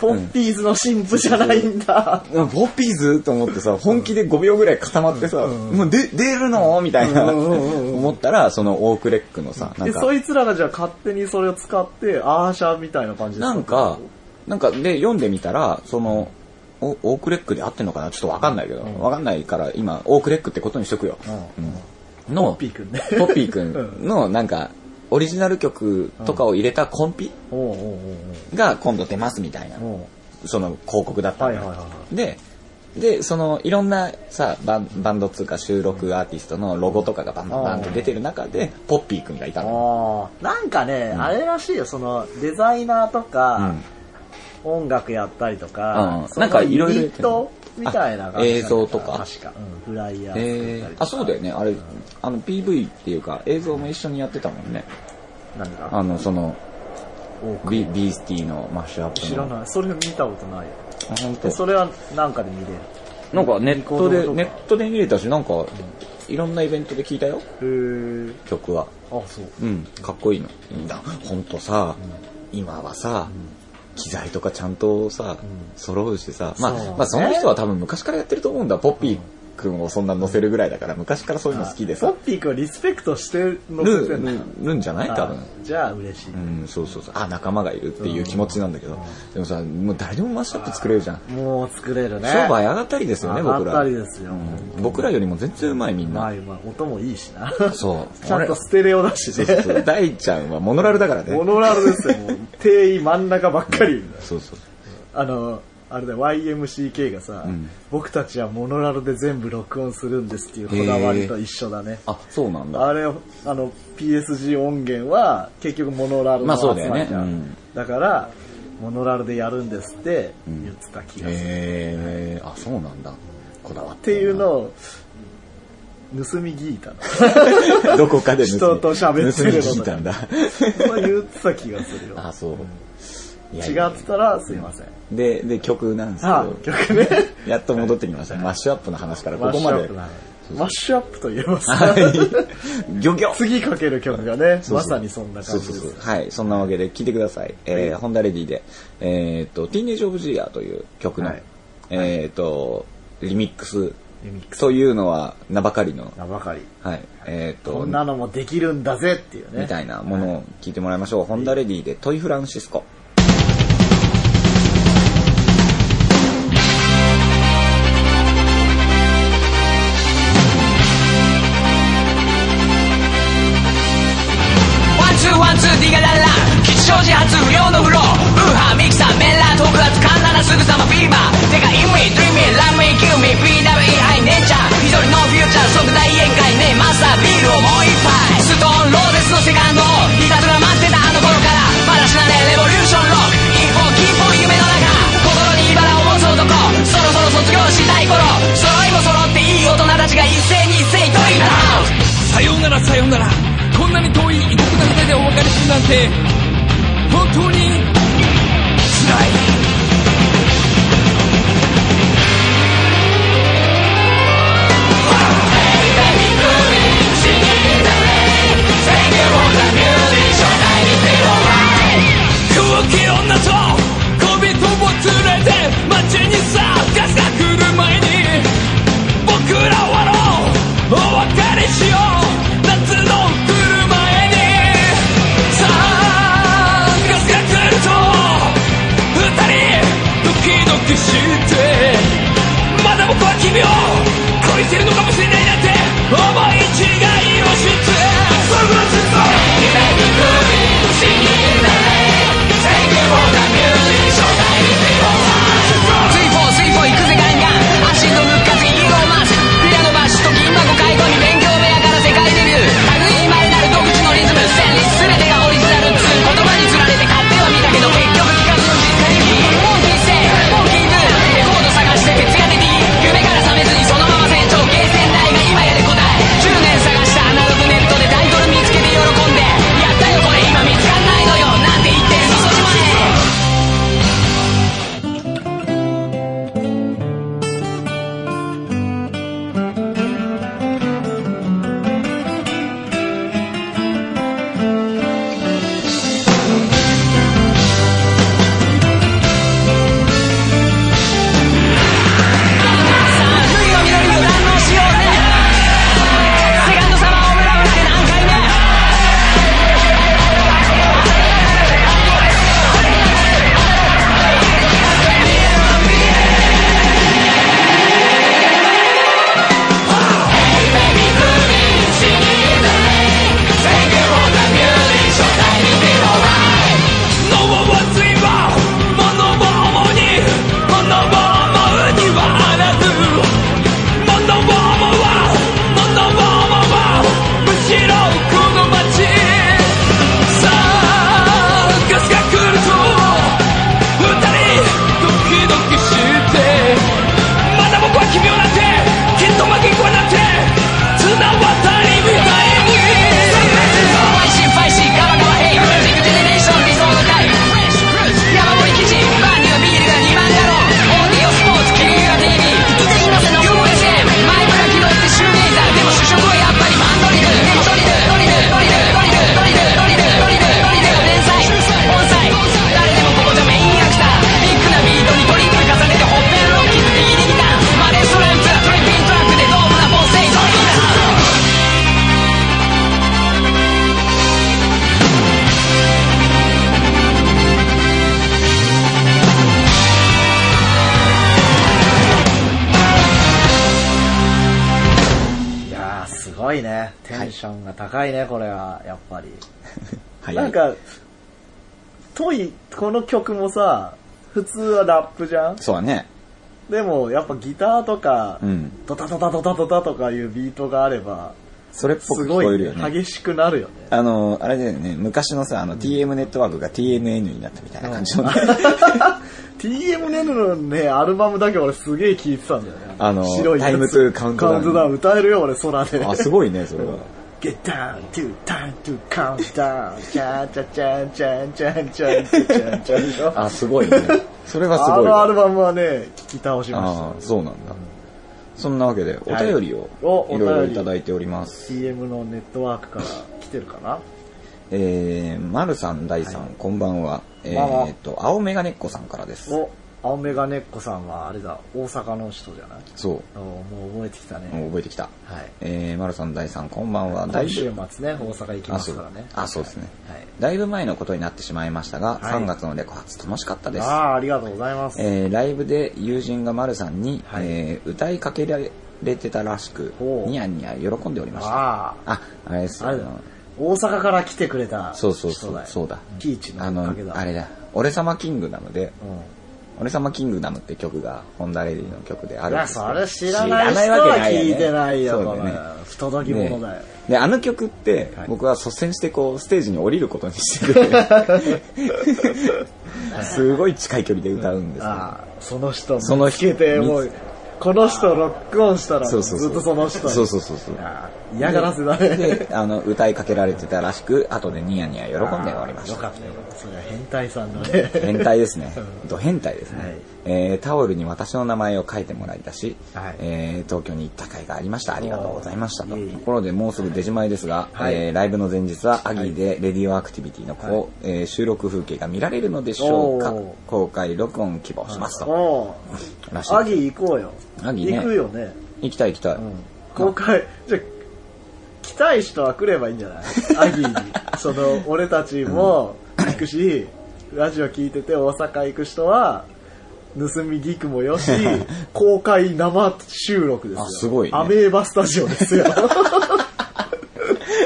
Speaker 3: ポッピーズの神父じゃないんだ。
Speaker 2: ポッピーズと思ってさ、本気で5秒ぐらい固まってさ、もうで出るのみたいな、
Speaker 3: うんうんうん
Speaker 2: 思ったら、そのオークレックのさ、なん
Speaker 3: で、
Speaker 2: か、
Speaker 3: そいつらがじゃあ勝手にそれを使って、アーシャーみたいな感じで
Speaker 2: なんか、なんかで読んでみたら、その、おオークレックで合ってんのかなちょっとわかんないけど、わかんないから今、オークレックってことにしとくよ。うんの、ポッ
Speaker 3: ピーくんね
Speaker 2: ポッピーくんの、なんか、オリジナル曲とかを入れたコンピ
Speaker 3: おうおうおう
Speaker 2: が今度出ますみたいな。
Speaker 3: おうおう
Speaker 2: その広告だったのよ
Speaker 3: はいはいは
Speaker 2: で、で、その、いろんなさ、バンバンドっつうか収録アーティストのロゴとかがバンバンバンって出てる中で、ポッピーくんがいたの。
Speaker 3: あーなんかね、あれらしいよ、その、デザイナーとか、音楽やったりと
Speaker 2: う
Speaker 3: か
Speaker 2: ん、なんかいろいろ
Speaker 3: ユニットみたいな感じなんだよな
Speaker 2: あ映像とか
Speaker 3: 確か、うんフライヤー作っ
Speaker 2: え
Speaker 3: たり
Speaker 2: ー
Speaker 3: と、か。
Speaker 2: あ、そうだよね。あれ、あの、PV っていうか、映像も一緒にやってたもんね。
Speaker 3: 何か
Speaker 2: あの、その、
Speaker 3: 多く
Speaker 2: ビビースティのマッシュアップの。
Speaker 3: 知らない。それ見たことないよ。
Speaker 2: あ本当
Speaker 3: でそれはなんかで見れる。
Speaker 2: なんかネット
Speaker 3: リ
Speaker 2: で、
Speaker 3: コードとか
Speaker 2: ネットで見れたし、なんか、いろんなイベントで聞いたよ、
Speaker 3: へー
Speaker 2: 曲は。
Speaker 3: あ、そう。
Speaker 2: うん、かっこいいの。いいんだ。ほんとさ、今はさ、機材とかちゃんとさ、揃うしさ、まあ、
Speaker 3: そうね
Speaker 2: まあその人は多分昔からやってると思うんだ。ポッピーくんをそんな乗せるぐらいだから、昔からそういうの好きで
Speaker 3: ポ
Speaker 2: さ
Speaker 3: ッ、ピー君はリスペクトしてるの
Speaker 2: る、
Speaker 3: せてんだ
Speaker 2: るるんじゃない多分。
Speaker 3: あじゃあ嬉しい。
Speaker 2: うん、そうそうそう。あ、仲間がいるっていう気持ちなんだけど、でもさ、もう誰でもマッシュアップ作れるじゃん。
Speaker 3: もう作れるね。
Speaker 2: 商売上がったりですよね、僕
Speaker 3: 上が
Speaker 2: ら。
Speaker 3: ったりですよ。
Speaker 2: うん僕らよりも全然うまいみん
Speaker 3: まあ
Speaker 2: な。
Speaker 3: まあ、音もいいしな。
Speaker 2: そう。
Speaker 3: [laughs] ちゃんとステレオだし
Speaker 2: そう
Speaker 3: ね。
Speaker 2: そう。大ちゃんはモノラルだからね。
Speaker 3: モノラルですよ、もう。定員真ん中ばっかりいるんだよ。
Speaker 2: そうそう。
Speaker 3: あの、あれだよ、YMCK がさ、僕たちはモノラルで全部録音するんですっていうこだわりと一緒だね。
Speaker 2: あ、そうなんだ。
Speaker 3: あれ、あの、PSG 音源は結局モノラル
Speaker 2: まあ
Speaker 3: の
Speaker 2: そう
Speaker 3: 集
Speaker 2: だ
Speaker 3: ま
Speaker 2: よね
Speaker 3: りじゃん
Speaker 2: うん
Speaker 3: だから、モノラルでやるんですって言ってた気がする。っ
Speaker 2: へえー、あ、そうなんだ。こだわってて
Speaker 3: いう
Speaker 2: るな
Speaker 3: の。を、盗み聞い
Speaker 2: [laughs]
Speaker 3: たの。
Speaker 2: どこかで盗み
Speaker 3: 人と喋ってる
Speaker 2: 盗
Speaker 3: のとか
Speaker 2: み聞いたんだ。
Speaker 3: そう言ってた気がするよ。
Speaker 2: あ、そう。いやい
Speaker 3: 違
Speaker 2: や
Speaker 3: ってたらすいません。
Speaker 2: で、で、曲なんです
Speaker 3: あ、
Speaker 2: けど、
Speaker 3: 曲ね。
Speaker 2: やっと戻ってきました。マッシュアップの話から [laughs] こ
Speaker 3: マッ
Speaker 2: こ
Speaker 3: シ
Speaker 2: ま
Speaker 3: ュアッ
Speaker 2: で
Speaker 3: プ。なのマッシュアップといえばさ、
Speaker 2: はい。ギョギョ
Speaker 3: 次かける曲がね、
Speaker 2: そう
Speaker 3: ま
Speaker 2: そう
Speaker 3: さにそんな感じ
Speaker 2: そ
Speaker 3: で
Speaker 2: うそう
Speaker 3: す。
Speaker 2: そうはい、そんなわけで聞いてください。えー、ホンダレディで、えーっと、ティーネージオブジーヤーという曲の、
Speaker 3: はい
Speaker 2: えーっと、リミックス
Speaker 3: リミックス
Speaker 2: というのは名ばかりの、
Speaker 3: なばかり。
Speaker 2: はい、えーっ
Speaker 3: ことん、なのもできるんだぜっていうね。
Speaker 2: みたいなものを聞いてもらいましょう。ホンダレディでトイフランシスコ。
Speaker 4: ワンツーワンツーディガララ吉祥寺発不良の風呂ウーハーミキサーメラー特発カンナらすぐさまビーバーてかインミードリーミーラブミーキューミー PWEI 姉ちゃん緑のフューチャー即大宴会ねえマスタービールをもう一杯ストーンローデスのセカンドひたすら待ってたあの頃からバラしなねレボリューションロック一本金本夢の中心に茨を持つ男そろそろ卒業したい頃揃いも揃っていい大人たちが一斉に一斉にトイレアウト
Speaker 5: さようならさようならこんなに遠い異国の果てでお別れするなんて本当に辛い空気女と小人を連れて街にさ風が来る前に僕ら笑おうお別れしよう夏の来る前にさあ風が来ると二人ドキドキしてまだ僕は君を恋してるのかもしれないなんて思い違いをしてそれはずっと
Speaker 4: スイポースイポー行くぜガンガン足の復活イーゴーマスクピアノバッシュと銀箱解雇に勉強部屋から世界デビュー類いまれなる独自のリズム旋律全てがオリジナルっつう言葉につられて買ってはみたけど結局聞かずの実家にモンキーセーモンキーブーレコード探して徹夜的夢から覚めずにそのまま成長ゲーセン代が今やで答え10
Speaker 3: ごいね。テンションが高いね、これは、やっぱり。
Speaker 2: はい。
Speaker 3: なんか、トイ、この曲もさ、普通はラップじゃん
Speaker 2: そうだね。
Speaker 3: でも、やっぱギターとか
Speaker 2: う、ん。
Speaker 3: ドタドタドタドタとかいうビートがあれば、
Speaker 2: それっぽく
Speaker 3: す
Speaker 2: 聞
Speaker 3: ご
Speaker 2: こえ
Speaker 3: い
Speaker 2: る
Speaker 3: ね
Speaker 2: よね。
Speaker 3: 激しくなるよね。 [laughs]
Speaker 2: あの、あれだよね、昔のさ、あの、TM ネットワークが TMN になったみたいな感じのね。
Speaker 3: TMN のね、アルバムだけ俺すげえ聴いてたんだよね。
Speaker 2: あの
Speaker 3: 白いや
Speaker 2: タ
Speaker 3: つ
Speaker 2: イムトゥーカウントダウン
Speaker 3: カウントダウン歌えるよ、俺、空で。
Speaker 2: [laughs] あ、すごいね、それは。
Speaker 3: Get down to time to count down. チャンチャチャンチャンチャンチャンチャンチャンチャンチャン。
Speaker 2: あ、すごいね。それはす
Speaker 3: あ
Speaker 2: ごい
Speaker 3: の
Speaker 2: わ。
Speaker 3: アルバムはね、聞き倒しました
Speaker 2: ああ、そうなんだ。そんなわけで、お便りを
Speaker 3: お
Speaker 2: いろい
Speaker 3: お
Speaker 2: ろ
Speaker 3: 便り
Speaker 2: いただいております。
Speaker 3: CM のネットワークから来てるかな
Speaker 2: えー、まるさん、大さん、こんばんは。え
Speaker 3: まあまあ
Speaker 2: ー、っと、青メガネっ子さんからです。
Speaker 3: お、青メガネっ子さんはあれだ、大阪の人じゃない
Speaker 2: そ
Speaker 3: おもう覚えてきた
Speaker 2: う、もう
Speaker 3: ね。
Speaker 2: 覚えてきた。
Speaker 3: はい。
Speaker 2: えー、まるさん、大さん、こんばんは。
Speaker 3: 来週末ね、大阪行き
Speaker 2: あ、
Speaker 3: ま
Speaker 2: そ
Speaker 3: す
Speaker 2: う
Speaker 3: からね。
Speaker 2: あ、そうですね。
Speaker 3: はい。
Speaker 2: だいぶ前のことになってしまいましたが、
Speaker 3: はい
Speaker 2: 3月のレコ発楽しかったです。
Speaker 3: ああー、ありがとうございます。
Speaker 2: えーライブで友人が丸さんに、
Speaker 3: はい
Speaker 2: えー歌いかけられてたらしく
Speaker 3: ほう
Speaker 2: ニヤニヤ喜んでおりましたあ
Speaker 3: あ
Speaker 2: あれです
Speaker 3: あ、あれだ。大阪から来てくれた
Speaker 2: そ
Speaker 3: 人
Speaker 2: うそ
Speaker 3: だ
Speaker 2: うそう
Speaker 3: よ
Speaker 2: そうだ
Speaker 3: ピーチの
Speaker 2: あ
Speaker 3: お
Speaker 2: の
Speaker 3: かげだ。
Speaker 2: あれだ「俺様キングダム」で
Speaker 3: うん。
Speaker 2: 「俺様キングダム」って曲がホンダレディの曲であ
Speaker 3: い
Speaker 2: るん
Speaker 3: や、
Speaker 2: ですけど
Speaker 3: それ知らない人は聞いてないよ、
Speaker 2: そう
Speaker 3: こ
Speaker 2: だ
Speaker 3: れ
Speaker 2: ね。
Speaker 3: 不届き
Speaker 2: ね
Speaker 3: 者だよ。
Speaker 2: であの曲って、
Speaker 3: はい
Speaker 2: 僕は率先してこうステージに降りることにしてるすごい近い距離で歌うんですけど、
Speaker 3: ああ、その人
Speaker 2: その
Speaker 3: 見つけて、
Speaker 2: 人
Speaker 3: もう、この人ロックオンしたら、ず
Speaker 2: そう
Speaker 3: っ
Speaker 2: そうそう
Speaker 3: とその人に。
Speaker 2: そうそうそうそう
Speaker 3: ああ嫌がらせだね。
Speaker 2: で、あの、歌いかけられてたらしく、後でニヤニヤ喜んでおりまし
Speaker 3: [laughs] よ
Speaker 2: た
Speaker 3: かっ。たよ。それは変態さんのね。
Speaker 2: 変
Speaker 3: [laughs]
Speaker 2: 態ですね。ド変態ですね、
Speaker 3: はい
Speaker 2: えータオルに私の名前を書いてもらいたし、
Speaker 3: はい
Speaker 2: えー東京に行った甲斐がありました。ありがとうございました。と
Speaker 3: いえいえ
Speaker 2: ところでもうすぐ出じまいですが、
Speaker 3: はい
Speaker 2: えーライブの前日はアギーでレディオアクティビティの子、えー収録風景が見られるのでしょうか
Speaker 3: おー
Speaker 2: 公開録音希望しますと。
Speaker 3: おう
Speaker 2: らしい
Speaker 3: アギー行こうよ。
Speaker 2: アギーね
Speaker 3: 行くよね。
Speaker 2: 行きたい行きたい。
Speaker 3: うん公開、じゃあ来たい人は来ればいいんじゃないア
Speaker 2: [laughs]
Speaker 3: ギーに。その、俺たちも行くし、ラジオ聞いてて大阪行く人は、盗みギクも
Speaker 2: [laughs]
Speaker 3: よし、公開生収録ですよ。
Speaker 2: あすごいね
Speaker 3: アメーバスタジオで
Speaker 2: [laughs]
Speaker 3: すよ。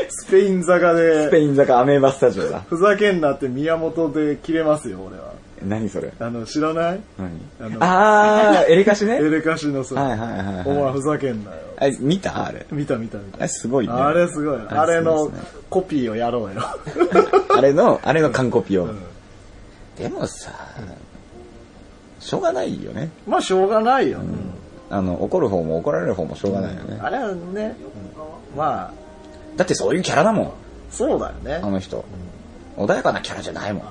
Speaker 3: スペイン坂
Speaker 2: スペ
Speaker 3: で、
Speaker 2: イン坂アメーバスタジオだ。
Speaker 3: ふざけんなって宮本で切れますよ、俺は。
Speaker 2: 何それ
Speaker 3: あの、知らない
Speaker 2: 何
Speaker 3: あの
Speaker 2: あー、エレカシね
Speaker 3: エ。レカシのさ、
Speaker 2: はいはいはいはい
Speaker 3: お前ふざけんなよ。
Speaker 2: あ見たあれ。
Speaker 3: 見た見た見た
Speaker 2: あ。れすごいね。
Speaker 3: あれすごい。あれ
Speaker 2: すごい
Speaker 3: の
Speaker 2: ですね
Speaker 3: コピーをやろうよ。 [laughs]
Speaker 2: あれの、あれの完コピを。でもさ、しょうがないよね。
Speaker 3: まあしょうがないよね。
Speaker 2: あの、怒る方も怒られる方もしょうがないよね。
Speaker 3: あれはね、まあ、
Speaker 2: だってそういうキャラだもん、
Speaker 3: そうだよね
Speaker 2: あ。の人。穏やかなキャラじゃないもん。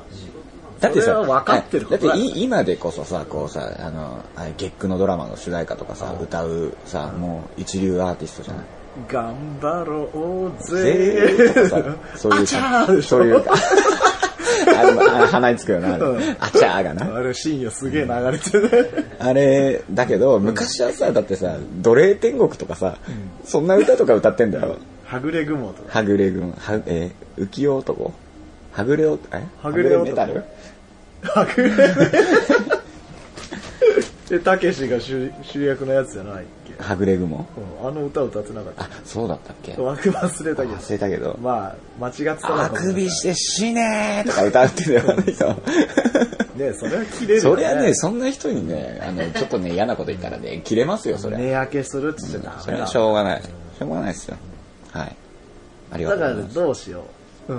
Speaker 2: だって
Speaker 3: それ
Speaker 2: さ、
Speaker 3: は分かってることだ
Speaker 2: だってい今でこそさ、こうさ、あの、ああいう月9のドラマの主題歌とかさ、歌うさ、もう一流アーティストじゃない。
Speaker 3: 頑張ろう
Speaker 2: ぜ
Speaker 3: ぜ。
Speaker 2: ーとかさそういう
Speaker 3: あちゃーでしょ
Speaker 2: そういうか。あのあの鼻につくよな、あれ
Speaker 3: うん
Speaker 2: あちゃーがな。
Speaker 3: [laughs] あれ深夜すげえ流れて
Speaker 2: [laughs]
Speaker 3: ね。
Speaker 2: あれ、だけど、昔はさ、だってさ、奴隷天国とかさ、そんな歌とか歌ってんだよ。
Speaker 3: はぐれ雲とか。
Speaker 2: はぐれ軍、は、えー浮世男はぐれお、え
Speaker 3: はぐれ男
Speaker 2: メタル
Speaker 3: は
Speaker 2: [laughs]
Speaker 3: ぐれで、たけしが主主役のやつじゃないっけ。
Speaker 2: はぐれ雲
Speaker 3: うんあの歌歌ってなかった。
Speaker 2: あ、そうだったっけ
Speaker 3: 枠忘れたけど。
Speaker 2: 忘れたけど、
Speaker 3: まあ、間違ってた
Speaker 2: あくびして死ねーとか歌ってんだ
Speaker 3: [laughs]
Speaker 2: よ、あの人。
Speaker 3: ねそれは切れる
Speaker 2: そりゃね、そんな人にね、あの、ちょっとね、嫌なこと言ったらね、切れますよ、そりゃ。
Speaker 3: 値上げするっつってダ
Speaker 2: そ
Speaker 3: メ
Speaker 2: れは
Speaker 3: だ
Speaker 2: しょうがない。しょうがないですよ。はい。ありがとう
Speaker 3: だ
Speaker 2: ござ
Speaker 3: から
Speaker 2: います。
Speaker 3: どうしよう。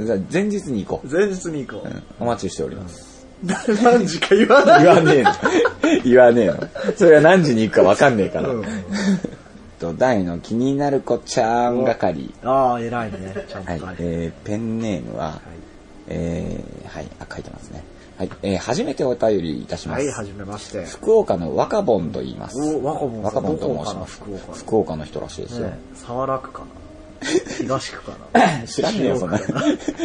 Speaker 3: うん。
Speaker 2: じゃあ前日に行こう。
Speaker 3: 前日に行こ
Speaker 2: うんお待ちしております。
Speaker 3: う。何時か言わない。
Speaker 2: 言わねえの。言わねえの。それは何時に行くか分かんねえから。と、大の気になる子ちゃん係。
Speaker 3: ああ、偉いね。ちゃんと
Speaker 2: はい
Speaker 3: 書い。て。
Speaker 2: えー、ペンネームは、えー、はい、あ、書いてますね。はい、えー、初めてお便りいたしま
Speaker 3: はい、
Speaker 2: す。
Speaker 3: はじめまして。
Speaker 2: 福岡の若ボンと言います。
Speaker 3: お若ボンさん
Speaker 2: 若ボンと申します。
Speaker 3: どこかな福岡の
Speaker 2: 福岡の人らしいですよ
Speaker 3: ね。沢楽かな。東区かな。
Speaker 2: [laughs] 知らねえよ、そんな。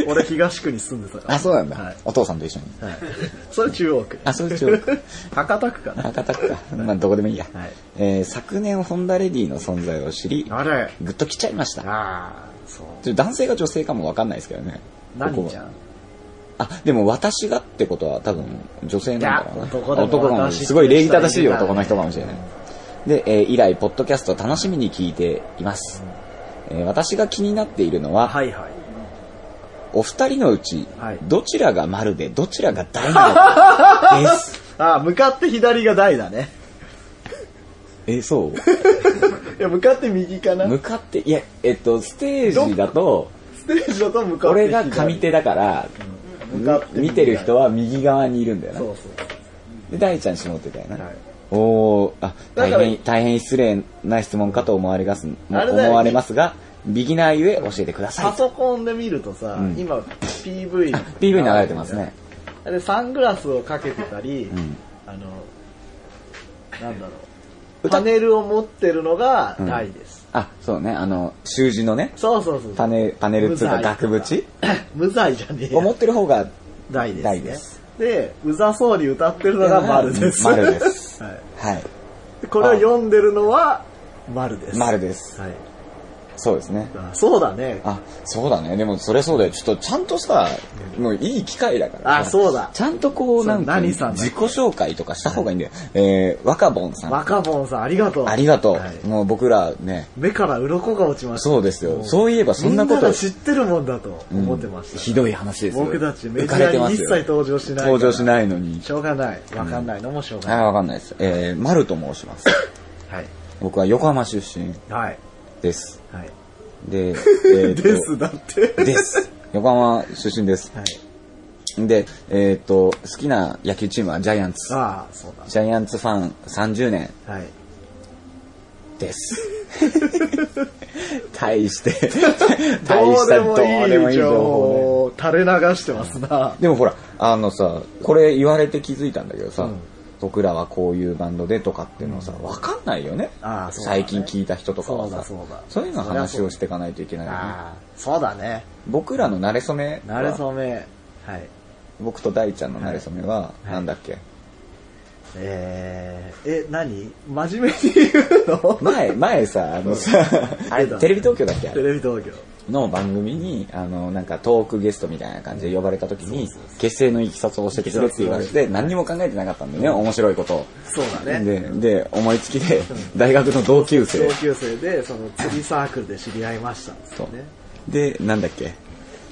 Speaker 3: 俺東区に住んでたから。
Speaker 2: あ、そうなん
Speaker 3: は
Speaker 2: だ
Speaker 3: い。。
Speaker 2: お父さんと一緒に。
Speaker 3: はいそれ中央区。
Speaker 2: あ、そう中国。
Speaker 3: 博多区かな。
Speaker 2: 博多区か。まあ、どこでもいいや。
Speaker 3: はい
Speaker 2: えー、昨年ホンダレディの存在を知り、
Speaker 3: あれ。
Speaker 2: ぐっと来ちゃいました。
Speaker 3: ああ、そう。
Speaker 2: ちょ男性が女性かもわかんないですけどね。
Speaker 3: 何ちゃ
Speaker 2: こ
Speaker 3: ん
Speaker 2: こはあ、でも私がってことは多分女性なんだろう
Speaker 3: いや
Speaker 2: な。
Speaker 3: 男でも
Speaker 2: 男かも
Speaker 3: 私って
Speaker 2: すごい礼儀正しい
Speaker 3: 人いるからね
Speaker 2: 男の人かもしれない。で、えー以来、ポッドキャスト楽しみに聞いています。えー私が気になっているのは、
Speaker 3: はいはい。
Speaker 2: お二人のうち、
Speaker 3: はい
Speaker 2: どちらが丸でどちらが大な
Speaker 3: [laughs]
Speaker 2: のかです。
Speaker 3: ああ、向かって左が大だね。
Speaker 2: え、そう
Speaker 3: いや、向かって右かな。
Speaker 2: 向かって、いや、えっと、ステージだと、
Speaker 3: ステージだと向かって
Speaker 2: 俺
Speaker 3: 左。
Speaker 2: が上手だから、
Speaker 3: 向かって
Speaker 2: 見てる人は右側にいるんだよな。
Speaker 3: そうそう。
Speaker 2: で、大ちゃん下手だよな。
Speaker 3: はい
Speaker 2: おーあ、
Speaker 3: だ
Speaker 2: 大
Speaker 3: から
Speaker 2: 変、大変失礼な質問かと思われます、
Speaker 3: あれだよ
Speaker 2: 思われますが、ビギナーゆえ教えてくださ
Speaker 3: パ
Speaker 2: い。
Speaker 3: ソコンで見るとさ、
Speaker 2: うん
Speaker 3: 今 PV
Speaker 2: あ PV 流れてますね。
Speaker 3: あれサングラスをかけてたり、
Speaker 2: ん
Speaker 3: あのなんだろう
Speaker 2: 歌
Speaker 3: パネルを持ってるのが大です、
Speaker 2: あ、そうね、あの、習字のね、
Speaker 3: そうそうそう
Speaker 2: パネル、パネルっつうか額縁
Speaker 3: [laughs] 無罪じゃねえ
Speaker 2: を持
Speaker 3: や
Speaker 2: ってる方が、
Speaker 3: 大です、ね、
Speaker 2: 大です
Speaker 3: でうざそうに歌ってるのが丸です
Speaker 2: 丸です
Speaker 3: [laughs] はい
Speaker 2: はい、
Speaker 3: でこれを読んでるのは丸です
Speaker 2: 丸です。
Speaker 3: はい、
Speaker 2: そうですね。
Speaker 3: あそうだね
Speaker 2: あ、そうだね。でも、それそうだよ。ちょっと、ちゃんとさ、もういい機会だから。
Speaker 3: あそうだ
Speaker 2: ちゃんとこう、なんか、
Speaker 3: 何
Speaker 2: 自己
Speaker 3: さんだっけ
Speaker 2: 紹介とかした方がいいんだよ。えー、若ぼんさん。
Speaker 3: 若坊さんありがとう
Speaker 2: ありがとう。
Speaker 3: はい
Speaker 2: もう僕らね、
Speaker 3: 目から鱗が落ちました
Speaker 2: そうですよ。そういえば、そんなこ
Speaker 3: みん
Speaker 2: と
Speaker 3: なが、知ってるもんだと思ってました、
Speaker 2: ひどい話ですよ。
Speaker 3: 僕たち
Speaker 2: 浮
Speaker 3: メデ
Speaker 2: かれて
Speaker 3: ィア
Speaker 2: ま
Speaker 3: に
Speaker 2: す
Speaker 3: 一
Speaker 2: よ
Speaker 3: 切登場しないから
Speaker 2: 登場しないのに。
Speaker 3: しょうがないわかんないのもしょうが
Speaker 2: あ
Speaker 3: ない、
Speaker 2: ー、わかんないです。えー、丸と申し
Speaker 3: [laughs]
Speaker 2: ます。
Speaker 3: はい
Speaker 2: 僕は横浜出身
Speaker 3: はい
Speaker 2: です。
Speaker 3: はい [laughs]
Speaker 2: で、えーと
Speaker 3: ですだって
Speaker 2: です。横浜出身です。
Speaker 3: はい
Speaker 2: で、えっ、と、好きな野球チームはジャイアンツ。
Speaker 3: ああそう
Speaker 2: ジャイアンツファン30年
Speaker 3: だはい [laughs]
Speaker 2: です。大して、大
Speaker 3: どう
Speaker 2: し
Speaker 3: で
Speaker 2: たどう
Speaker 3: もい
Speaker 2: でも
Speaker 3: い
Speaker 2: いい情
Speaker 3: 情
Speaker 2: 報ね。
Speaker 3: 報を垂れ流してますな
Speaker 2: でもほら、あのさ、これ言われて気づいたんだけどさ、僕らはこういうバンドでとかっていうのさ、わかんないよね。
Speaker 3: ああそうだ
Speaker 2: 最
Speaker 3: ね
Speaker 2: 近聞いた人とかはさ、
Speaker 3: そうだそうだ
Speaker 2: そういうの話をしていかないといけないよね。
Speaker 3: ああそうだね
Speaker 2: 僕らの慣れ初めは、
Speaker 3: なれそめはい
Speaker 2: 僕と大ちゃんの慣れ初めは、
Speaker 3: い
Speaker 2: なんだっけ、
Speaker 3: えー、え何真面目に言
Speaker 2: [laughs]
Speaker 3: うの
Speaker 2: 前、前さ、あのさ、あれ、 [laughs] テレビ東京だっけあ
Speaker 3: テ
Speaker 2: れ
Speaker 3: レビ東京
Speaker 2: の番組に、あの、なんかトークゲストみたいな感じで呼ばれた時に、結成のいきさつを教えてくれって言われて、何にも考えてなかったんだよね、面白いことを。
Speaker 3: そうだね
Speaker 2: で、で、思いつきで、大学の同級生
Speaker 3: 同。級生でその釣りサークルで知り合いましたんですよね
Speaker 2: で、なんだっけ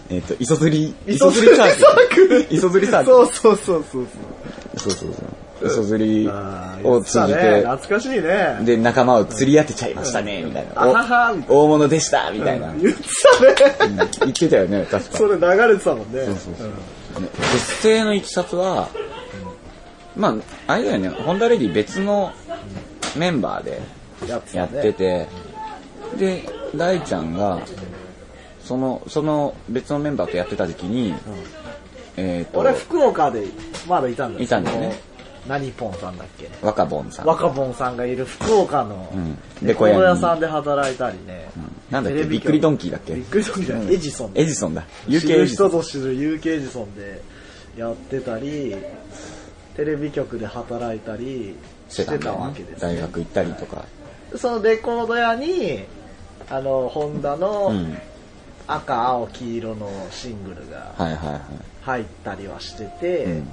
Speaker 2: えっと、磯釣り、
Speaker 3: 磯釣り
Speaker 2: サークル。磯釣りサーク
Speaker 3: そうそうそうそうそう
Speaker 2: ル。そうそうそう。磯釣り
Speaker 3: あー
Speaker 2: を通じ
Speaker 3: やってたね、懐かしいね
Speaker 2: で、仲間を釣り当てちゃいましたね、みたい
Speaker 3: あははみ
Speaker 2: な。お大物でした、みたいな。
Speaker 3: 言ってたね。
Speaker 2: 言ってたよね、確か。
Speaker 3: それ流れてたもんね。
Speaker 2: 結成のいきさつは、まあ、あれだよね、ホンダレディ別のメンバーで
Speaker 3: やって
Speaker 2: や
Speaker 3: た
Speaker 2: っ
Speaker 3: ね
Speaker 2: てて、で、大ちゃんが、その、その別のメンバーとやってた時期に、えっ、
Speaker 3: 俺、
Speaker 2: と、
Speaker 3: 福岡でまだいたんだ
Speaker 2: いたんだよね。
Speaker 3: その何ポンさんだっけ
Speaker 2: 若ぼんさん。
Speaker 3: 若ぼんさんがいる福岡の
Speaker 2: んで
Speaker 3: レコー
Speaker 2: 小
Speaker 3: ド
Speaker 2: 屋
Speaker 3: 屋
Speaker 2: に
Speaker 3: さんで働いたりね。
Speaker 2: なんだっ
Speaker 3: テ
Speaker 2: け、
Speaker 3: レ
Speaker 2: び
Speaker 3: ビ
Speaker 2: っ
Speaker 3: 局
Speaker 2: くりドンキーだっけ
Speaker 3: びっくりドンキーじゃないエジソン。
Speaker 2: エジソンだ。
Speaker 3: 知
Speaker 2: UK エ
Speaker 3: る
Speaker 2: ジソ
Speaker 3: 人
Speaker 2: ン。
Speaker 3: ぞ知る UK エジソンでやってたり、テレビ局で働いたり
Speaker 2: して
Speaker 3: したて
Speaker 2: んだ
Speaker 3: た
Speaker 2: よ
Speaker 3: わ
Speaker 2: ね
Speaker 3: けですね、
Speaker 2: 大学行ったりとか。
Speaker 3: そのレコード屋に、あの、ホンダの
Speaker 2: うん。
Speaker 3: 赤、青、黄色のシングルが
Speaker 2: はいはいはい。
Speaker 3: 入ったりはしてて、
Speaker 2: うん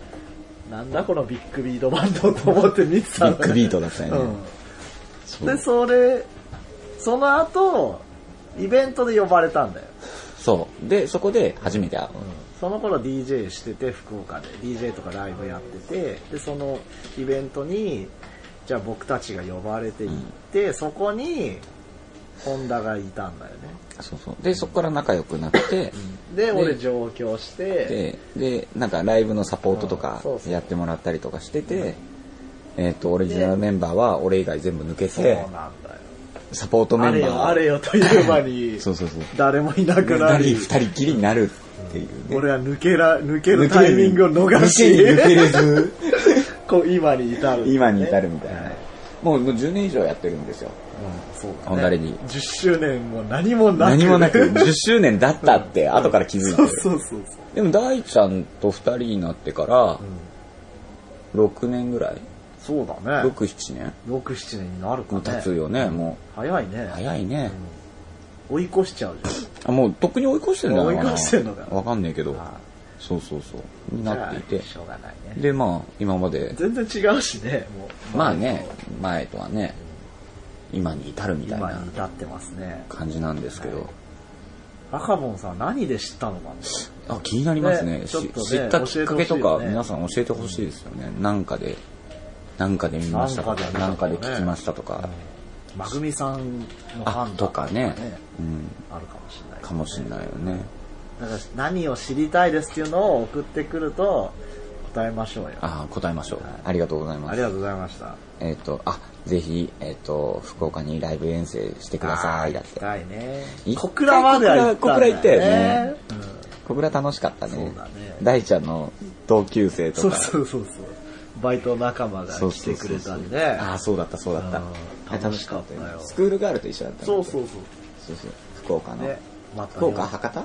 Speaker 3: なんだこのビッグビートバンドと思って見てた
Speaker 2: ビ
Speaker 3: の
Speaker 2: ッグビートだったよね。
Speaker 3: うん、でそれその後イベントで呼ばれたんだよ
Speaker 2: そう。で、そこで初めて会う。
Speaker 3: その頃 DJ してて福岡で DJ とかライブやっててでそのイベントにじゃあ僕たちが呼ばれて行って、そこにホンダがいたんだよね
Speaker 2: そうそう。で、そこから仲良くなって、
Speaker 3: で俺上京して
Speaker 2: で、で、なんかライブのサポートとか
Speaker 3: うんそうそう
Speaker 2: やってもらったりとかしてて、えっ、と、オリジナルメンバーは俺以外全部抜けて
Speaker 3: そう、なんだよ
Speaker 2: サポートメ
Speaker 3: あ
Speaker 2: ン
Speaker 3: れ
Speaker 2: バー
Speaker 3: よあれよという間に
Speaker 2: [laughs] そうそうそう。
Speaker 3: 誰もいなくな
Speaker 2: 二人、
Speaker 3: り
Speaker 2: 二人きりになるっていうね。
Speaker 3: 俺は抜けら、抜けるタイミングを逃し、
Speaker 2: 抜けれず、
Speaker 3: [laughs] こう今に至る、
Speaker 2: 今に至るみたい
Speaker 3: は
Speaker 2: な。もうもう10年以上やってるんですよ。
Speaker 3: そうだね
Speaker 2: ホンダレディ。
Speaker 3: 10周年も何もなく。
Speaker 2: 何もなく、10周年だったって後から気づいて
Speaker 3: そう
Speaker 2: る。
Speaker 3: [laughs] そうそうそう。
Speaker 2: でも大ちゃんと二人になってから、6年ぐらい
Speaker 3: そうだね
Speaker 2: ?6、。7年
Speaker 3: 6、7年になるか
Speaker 2: もう経つ
Speaker 3: ね。
Speaker 2: よね、も
Speaker 3: 早いね
Speaker 2: う。。早いね。
Speaker 3: 追い越しちゃうじゃん。
Speaker 2: あもうとっくに追い越してるんじゃないかな。
Speaker 3: 追い越してんのかな
Speaker 2: わかんねえけど
Speaker 3: あ。
Speaker 2: そうそうそう。になっていて
Speaker 3: し。ょうがないね。
Speaker 2: で、まあ、今まで、
Speaker 3: 全然違うしね、もう。
Speaker 2: まあね、前とはね、今に至るみたい
Speaker 3: 今
Speaker 2: な
Speaker 3: に至ってますね。
Speaker 2: 感じなんですけど、
Speaker 3: 赤ボンさん何で知ったのかな
Speaker 2: あ気になりますね
Speaker 3: ねち
Speaker 2: し
Speaker 3: ょっとね
Speaker 2: 知ったきっかけと
Speaker 3: 教えてほしい
Speaker 2: か、
Speaker 3: よね
Speaker 2: 皆さん教えてほしいですよね、なんかでなんかで見ましたとかな
Speaker 3: なんん
Speaker 2: か
Speaker 3: か
Speaker 2: で
Speaker 3: で
Speaker 2: 聞きましたとか、
Speaker 3: まぐみさんのファ
Speaker 2: あ
Speaker 3: ン
Speaker 2: と
Speaker 3: と
Speaker 2: か
Speaker 3: か
Speaker 2: ね
Speaker 3: ね、
Speaker 2: うん、
Speaker 3: あるかもしれない。
Speaker 2: かもしれないよね
Speaker 3: だから何を知りたいですっていうのを送ってくると答えましょうよ。
Speaker 2: あ答えましょう、ありがとうございま
Speaker 3: あ
Speaker 2: す
Speaker 3: りがとうございました。
Speaker 2: えっ、と、あ、ぜひ、えっ、と、福岡にライブ遠征してください、だって。
Speaker 3: はいね。
Speaker 2: 一回
Speaker 3: 小倉までは行ったんだよね。
Speaker 2: 小倉行っ小倉楽しかったね。
Speaker 3: そうだね
Speaker 2: 大ちゃんの同級生
Speaker 3: う
Speaker 2: と
Speaker 3: ん
Speaker 2: か。
Speaker 3: そうそうそうそう。バイト仲間が
Speaker 2: そう
Speaker 3: 来
Speaker 2: そ
Speaker 3: て
Speaker 2: うそう
Speaker 3: くれたりね。
Speaker 2: あ、そうだった、そうだっ
Speaker 3: う
Speaker 2: た。
Speaker 3: ん楽しかったよ
Speaker 2: スクールガールと一緒だったね
Speaker 3: そうそう
Speaker 2: そうそう福岡
Speaker 3: そう。
Speaker 2: の
Speaker 3: ね。。また
Speaker 2: 福岡、
Speaker 3: ね、
Speaker 2: 博多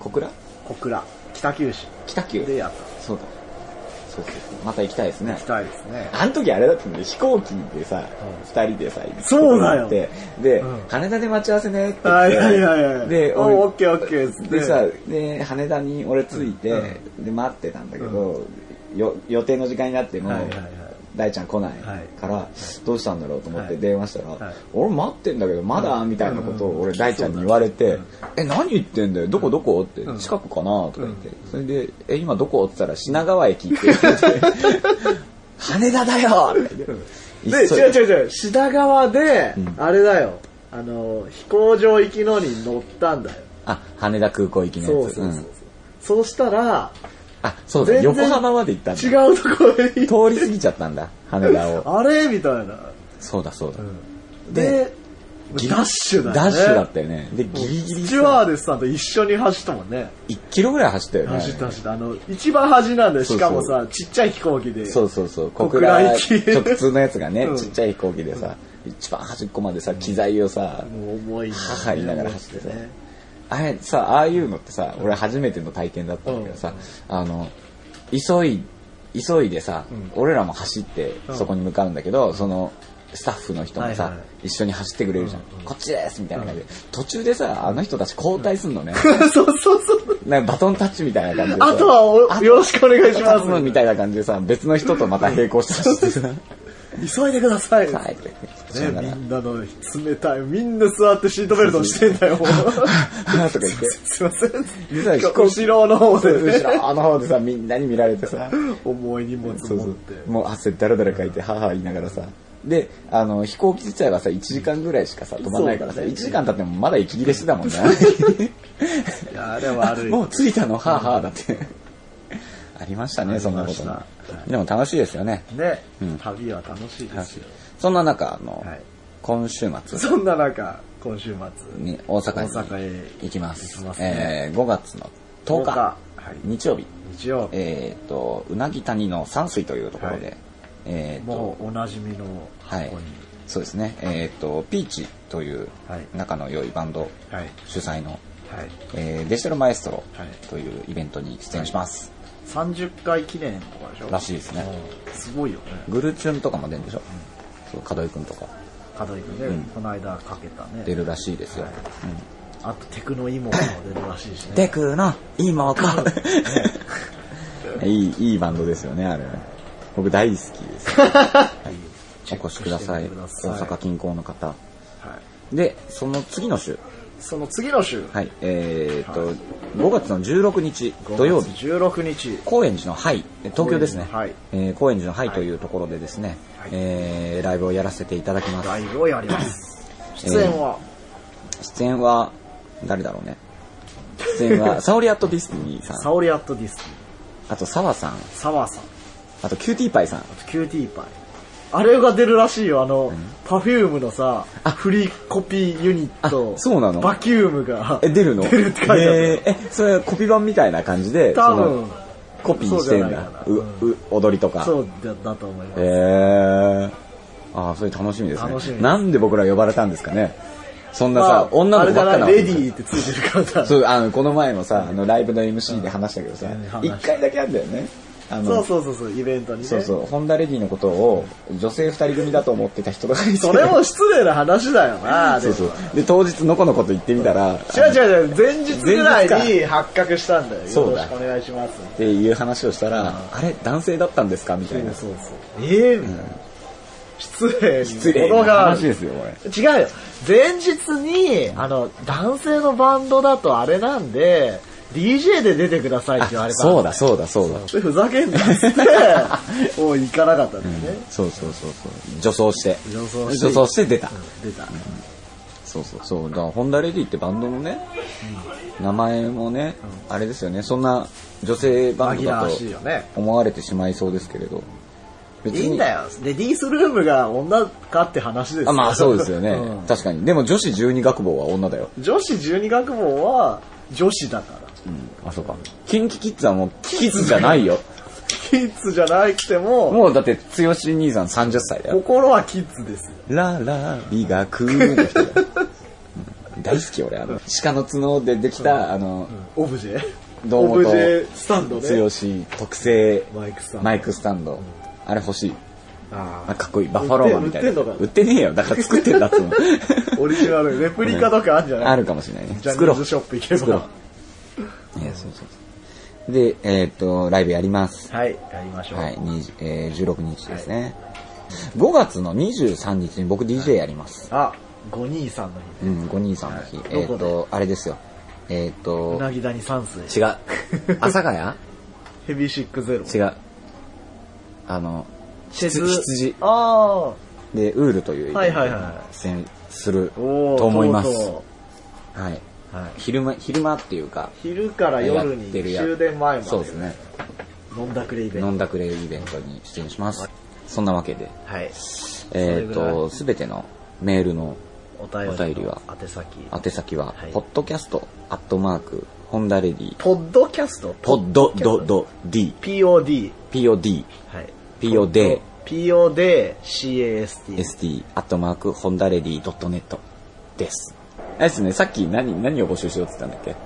Speaker 2: 小倉
Speaker 3: 小倉、北九州
Speaker 2: 北九
Speaker 3: でやっ
Speaker 2: そうだ。そうそうそう。また行きたいですね
Speaker 3: た。。したいですね。
Speaker 2: あの時あれだったんで、飛行機でさ、二人でさ、
Speaker 3: そうだよ
Speaker 2: で、で
Speaker 3: うん、
Speaker 2: 羽田で待ち合わせねって言っ
Speaker 3: は
Speaker 2: て。
Speaker 3: いはいはいはい。
Speaker 2: で、
Speaker 3: お
Speaker 2: 俺
Speaker 3: オッケーオッケーっつって。
Speaker 2: でさ、で、羽田に俺着いて、で、待ってたんだけど、よ予定の時間になっても
Speaker 3: はいはいはい、
Speaker 2: 大ちゃん来ない
Speaker 3: はい
Speaker 2: から、どうしたんだろうと思って
Speaker 3: はい
Speaker 2: 電話した
Speaker 3: は
Speaker 2: ら
Speaker 3: い、
Speaker 2: 俺待ってんだけど、まだみたいなことを俺大ちゃんに言われて、え、何言ってんだよ、どこどこって、近くかなとか言って、それで、え、今どこって言ったら品川駅って
Speaker 3: [laughs]
Speaker 2: 言われて、羽田だよって言って
Speaker 3: で、
Speaker 2: 急い
Speaker 3: 違う違う違う、品川で、あれだよ、あの、飛行場行きのに乗ったんだよ。
Speaker 2: あ、羽田空港行きの
Speaker 3: そう
Speaker 2: やつ。
Speaker 3: そうそうう。
Speaker 2: ん
Speaker 3: そうしたら、
Speaker 2: あ、そうだ、
Speaker 3: 全然
Speaker 2: 横浜まで行ったんだ
Speaker 3: 違。うところに、
Speaker 2: 通り過ぎちゃったんだ、羽田を。
Speaker 3: あれみたいな。
Speaker 2: そうだそうだ。
Speaker 3: で、ダッシュだよね。
Speaker 2: ダッシュだったよね。で、ギリギリ
Speaker 3: スチュワーデスさんと一緒に走ったもんね。
Speaker 2: 1キロぐらい走ったよね。
Speaker 3: 走った走った。あの、一番端なんで、
Speaker 2: そうそう
Speaker 3: しかもさ、ちっちゃい飛行機で。
Speaker 2: そうそうそう。
Speaker 3: 小
Speaker 2: 小
Speaker 3: 倉
Speaker 2: 倉
Speaker 3: 行き
Speaker 2: 直通のやつがね
Speaker 3: う、ん
Speaker 2: ちっちゃい飛行機でさ、一番端っこまでさ、機材をさ、
Speaker 3: もう重いな
Speaker 2: 母言いながら走ってさ。あれさ、ああいうのってさ、俺初めての体験だったんだけどさ、あの、急い、急いでさ、俺らも走ってそこに向かうんだけど、その、スタッフの人も
Speaker 3: は
Speaker 2: さ
Speaker 3: いはい、
Speaker 2: 一緒に走ってくれるじゃん。こっちですみたいな感じで。途中でさ、あの人たち交代すんのね。
Speaker 3: [laughs] そうそうそう。
Speaker 2: なんかバトンタッチみたいな感じでさ。
Speaker 3: あとは
Speaker 2: あ
Speaker 3: お、よろしくお願いしま
Speaker 2: 頼むみ
Speaker 3: す。
Speaker 2: たいな感じでさ、別の人とまた並行して走って
Speaker 3: [laughs]
Speaker 2: さ、
Speaker 3: 急いでください。
Speaker 2: 帰ってきて。
Speaker 3: ね、みんなの冷たい、みんな座ってシートベルトして
Speaker 2: [laughs]
Speaker 3: んだよ、もう。
Speaker 2: あ [laughs] ーとか言って。
Speaker 3: すいません。
Speaker 2: でさ、飛行機
Speaker 3: 後ろの方でね、
Speaker 2: 後ろあの方でさ、みんなに見られて
Speaker 3: [laughs]
Speaker 2: さ、
Speaker 3: 重い荷物
Speaker 2: そうそ
Speaker 3: 持って。
Speaker 2: う。もう汗だらだらかいて、はぁはぁ言いながらさ。で、あの、飛行機自体はさ、1時間ぐらいしかさ、飛ばないから
Speaker 3: そ
Speaker 2: さ、
Speaker 3: うだね
Speaker 2: 1時間経ってもまだ息切れしてたもんね。
Speaker 3: いや、あれは悪い。
Speaker 2: もう着いたの、はぁはぁだって。ありましたね、そんなこと
Speaker 3: あ
Speaker 2: も
Speaker 3: りましたは。
Speaker 2: でも楽しいですよね。
Speaker 3: ね、
Speaker 2: うん
Speaker 3: 旅は楽しいですよ。
Speaker 2: そんな中、あの
Speaker 3: はい、
Speaker 2: 今週末、
Speaker 3: そんな中、今週末、
Speaker 2: に大阪
Speaker 3: 大阪
Speaker 2: に
Speaker 3: へ
Speaker 2: 行きます。
Speaker 3: 行きます
Speaker 2: え
Speaker 3: ね
Speaker 2: ー5月の10
Speaker 3: 10日
Speaker 2: 日、
Speaker 3: はい
Speaker 2: 日曜日、
Speaker 3: 日曜日、
Speaker 2: えっ、と、うなぎ谷の山水というところで、
Speaker 3: はい
Speaker 2: えっ、
Speaker 3: も
Speaker 2: と、
Speaker 3: うおなじみの
Speaker 2: はい
Speaker 3: 箱に。、
Speaker 2: そうですね、えっ、と、ピーチという
Speaker 3: はい
Speaker 2: 仲の良いバンド
Speaker 3: はい。
Speaker 2: 主催の、
Speaker 3: はい。
Speaker 2: えーデジタルマエストロ
Speaker 3: はい
Speaker 2: というイベントに出演します。
Speaker 3: 30回記念とかでしょ
Speaker 2: らしいですね
Speaker 3: うんすごいよね。
Speaker 2: グルチュンとかも出るんでしょ、そう、門井くんとか
Speaker 3: 角井くんね、
Speaker 2: うん
Speaker 3: この間かけたね。
Speaker 2: 出るらしいですよ。
Speaker 3: はい
Speaker 2: うん
Speaker 3: あと、テクノイモも出るらしいしね。
Speaker 2: テクの妹か。 [laughs] いい、いいバンドですよね、あれ。僕大好きです。はいお越しください。
Speaker 3: [laughs] チェックしてみてく
Speaker 2: 大
Speaker 3: ださい
Speaker 2: 阪近郊の方。
Speaker 3: はい。
Speaker 2: で、その次の週。
Speaker 3: その次の週、
Speaker 2: はい。えーっと、5月の16日土曜日。
Speaker 3: 16日、
Speaker 2: 高円寺のハイ、え東京ですね。
Speaker 3: 高円寺のはい
Speaker 2: えー高円寺のハイというところでですね、
Speaker 3: はい
Speaker 2: えーライブをやらせていただきます。
Speaker 3: ライブをやります。出演は、
Speaker 2: 出演は、誰だろうね。出演
Speaker 3: [laughs]
Speaker 2: は、サオリアットディスティニーさ
Speaker 3: サ
Speaker 2: ん、
Speaker 3: オリアットディスティ、
Speaker 2: あとサワさん、
Speaker 3: サワさん、
Speaker 2: あとキューティーパイさん、
Speaker 3: あとキューティーパイ。あれが出るらしいよ、あの、パフュームのさ、フリーコピーユニット、
Speaker 2: あそうなの
Speaker 3: バキュームが、
Speaker 2: え、出るの
Speaker 3: 出るって書いてある
Speaker 2: えーえ、それはコピー版みたいな感じで、
Speaker 3: 多
Speaker 2: そ
Speaker 3: 分
Speaker 2: の、コピーして
Speaker 3: そ
Speaker 2: ん
Speaker 3: うじ
Speaker 2: だ
Speaker 3: ゃないか。な
Speaker 2: う、う、踊りとか。
Speaker 3: そうだだと思います。
Speaker 2: えー。ああ、それ楽しみですね。
Speaker 3: 楽しみです
Speaker 2: なんで僕ら呼ばれたんですかね。そんなさ、
Speaker 3: まあ
Speaker 2: 女の子ばっかな
Speaker 3: あ
Speaker 2: の
Speaker 3: れだなレディーってついてるからだ。
Speaker 2: そう、あの、この前もさ、あの、ライブの MC で話したけどさ
Speaker 3: うん、
Speaker 2: 一、回だけあんだよね。あの
Speaker 3: そうそうそうそう、イベントにね。
Speaker 2: そうそうホンダレディのことを女性二人組だと思ってた人がいて。
Speaker 3: それも失礼な話だよな、
Speaker 2: [laughs]
Speaker 3: で
Speaker 2: そう
Speaker 3: も
Speaker 2: そう。で、当日のこのこと言ってみたら、
Speaker 3: 違う違う違う、前日ぐら
Speaker 2: 前
Speaker 3: いに発覚したんだよ。
Speaker 2: そう
Speaker 3: よろ
Speaker 2: だ
Speaker 3: しくお願いします。
Speaker 2: っていう話をしたら、あれ男性だったんですかみた
Speaker 3: そ
Speaker 2: た
Speaker 3: う
Speaker 2: いな。
Speaker 3: そうそう。ええみたいな。失礼
Speaker 2: 失
Speaker 3: に
Speaker 2: 礼
Speaker 3: 程
Speaker 2: な
Speaker 3: がある
Speaker 2: 話ですよ、これ。
Speaker 3: 違うよ。前日に、あの、男性のバンドだとあれなんで、DJ で出てくださいって言われたの
Speaker 2: そうだ、そうだ、そうだ。
Speaker 3: でふざけんなっつって、もう行かなかったんだよね。
Speaker 2: そうそうそうそう。女装して。
Speaker 3: 女装して
Speaker 2: 女装して出た。
Speaker 3: 出た。
Speaker 2: そうそうそう。だから、ホンダレディってバンドもね、名前もね、あれですよね、そんな女性バンド
Speaker 3: 紛ら
Speaker 2: だ
Speaker 3: わ
Speaker 2: と
Speaker 3: しいよね。
Speaker 2: 思われてしまいそうですけれど。別
Speaker 3: いいんだよ。レディースルームが女かって話ですよ
Speaker 2: あ
Speaker 3: [laughs]
Speaker 2: まあそうですよね、
Speaker 3: うん
Speaker 2: 確かに。でも女子十二学坊は女だよ。
Speaker 3: 女子十二学問は女子だから。
Speaker 2: あ、そうか。キンキキッズはもうキッズじゃないよ。
Speaker 3: キッズじゃなくても、
Speaker 2: もうだって、剛兄さん30歳だよ。
Speaker 3: 心はキッズですよ。
Speaker 2: ララ美学の人だようん大好き俺、あの、鹿の角でできた、あの、
Speaker 3: オブジェ。
Speaker 2: 堂
Speaker 3: オブジ
Speaker 2: 本
Speaker 3: ェスタンドね。
Speaker 2: 剛特製
Speaker 3: マイクさん。
Speaker 2: マイクスタンド。あれ欲しい。
Speaker 3: あ
Speaker 2: あかっこいい。バッファローマンみたいな。
Speaker 3: 売ってんのか
Speaker 2: 売ってねえよ。だから作ってんだっつうの。
Speaker 3: [laughs] ーオリジナル、レプリカとかあるんじゃない
Speaker 2: あるかもしれないね。
Speaker 3: ジャニ
Speaker 2: 作ろ
Speaker 3: ー
Speaker 2: う。
Speaker 3: ズショップ行けば。
Speaker 2: 作ろういやそうそうそう。で、えーっと、ライブやります。
Speaker 3: はい、やりましょう。
Speaker 2: はい、20えー16日ですね。5月の23日に僕 DJ やります。
Speaker 3: あ、五二三の日ね。
Speaker 2: うん、5人さんの日。
Speaker 3: はい
Speaker 2: え
Speaker 3: ど
Speaker 2: ー
Speaker 3: こ
Speaker 2: っ
Speaker 3: で
Speaker 2: と、あれですよ。えーっ
Speaker 3: う
Speaker 2: と
Speaker 3: な、ぎ谷三水。 [laughs]
Speaker 2: 違う。阿佐ヶ谷
Speaker 3: ヘビーシックゼロ。
Speaker 2: 違う。あの、
Speaker 3: チェ
Speaker 2: ひつ羊
Speaker 3: あ
Speaker 2: で、ウールというイベント
Speaker 3: はい
Speaker 2: に
Speaker 3: はいは
Speaker 2: 出演する
Speaker 3: あ。おー
Speaker 2: と思います。
Speaker 3: とうと
Speaker 2: はい。
Speaker 3: うはい。
Speaker 2: 昼間、昼間っていうか、
Speaker 3: 昼から夜に、
Speaker 2: や
Speaker 3: 終電前まで。
Speaker 2: そうです。ね。
Speaker 3: 飲んだくれイベン
Speaker 2: 飲
Speaker 3: ト。
Speaker 2: んだくれイベントに出演します。そんなわけで、
Speaker 3: はい。
Speaker 2: えーっ
Speaker 3: それぐら
Speaker 2: と、すべてのメールの
Speaker 3: お便りの
Speaker 2: お便りは
Speaker 3: 宛先。
Speaker 2: 宛先は、
Speaker 3: はい
Speaker 2: ポッドキャストアットマーク、ホンダレディ、
Speaker 3: ポッドキャスト
Speaker 2: ポッドドド D、
Speaker 3: POD。
Speaker 2: POD、
Speaker 3: はい。
Speaker 2: POD、
Speaker 3: PODCAST。
Speaker 2: ST、アットマーク、ホンダレディ .net です。あれですね、さっき何、何を募集しようって言ったんだっけ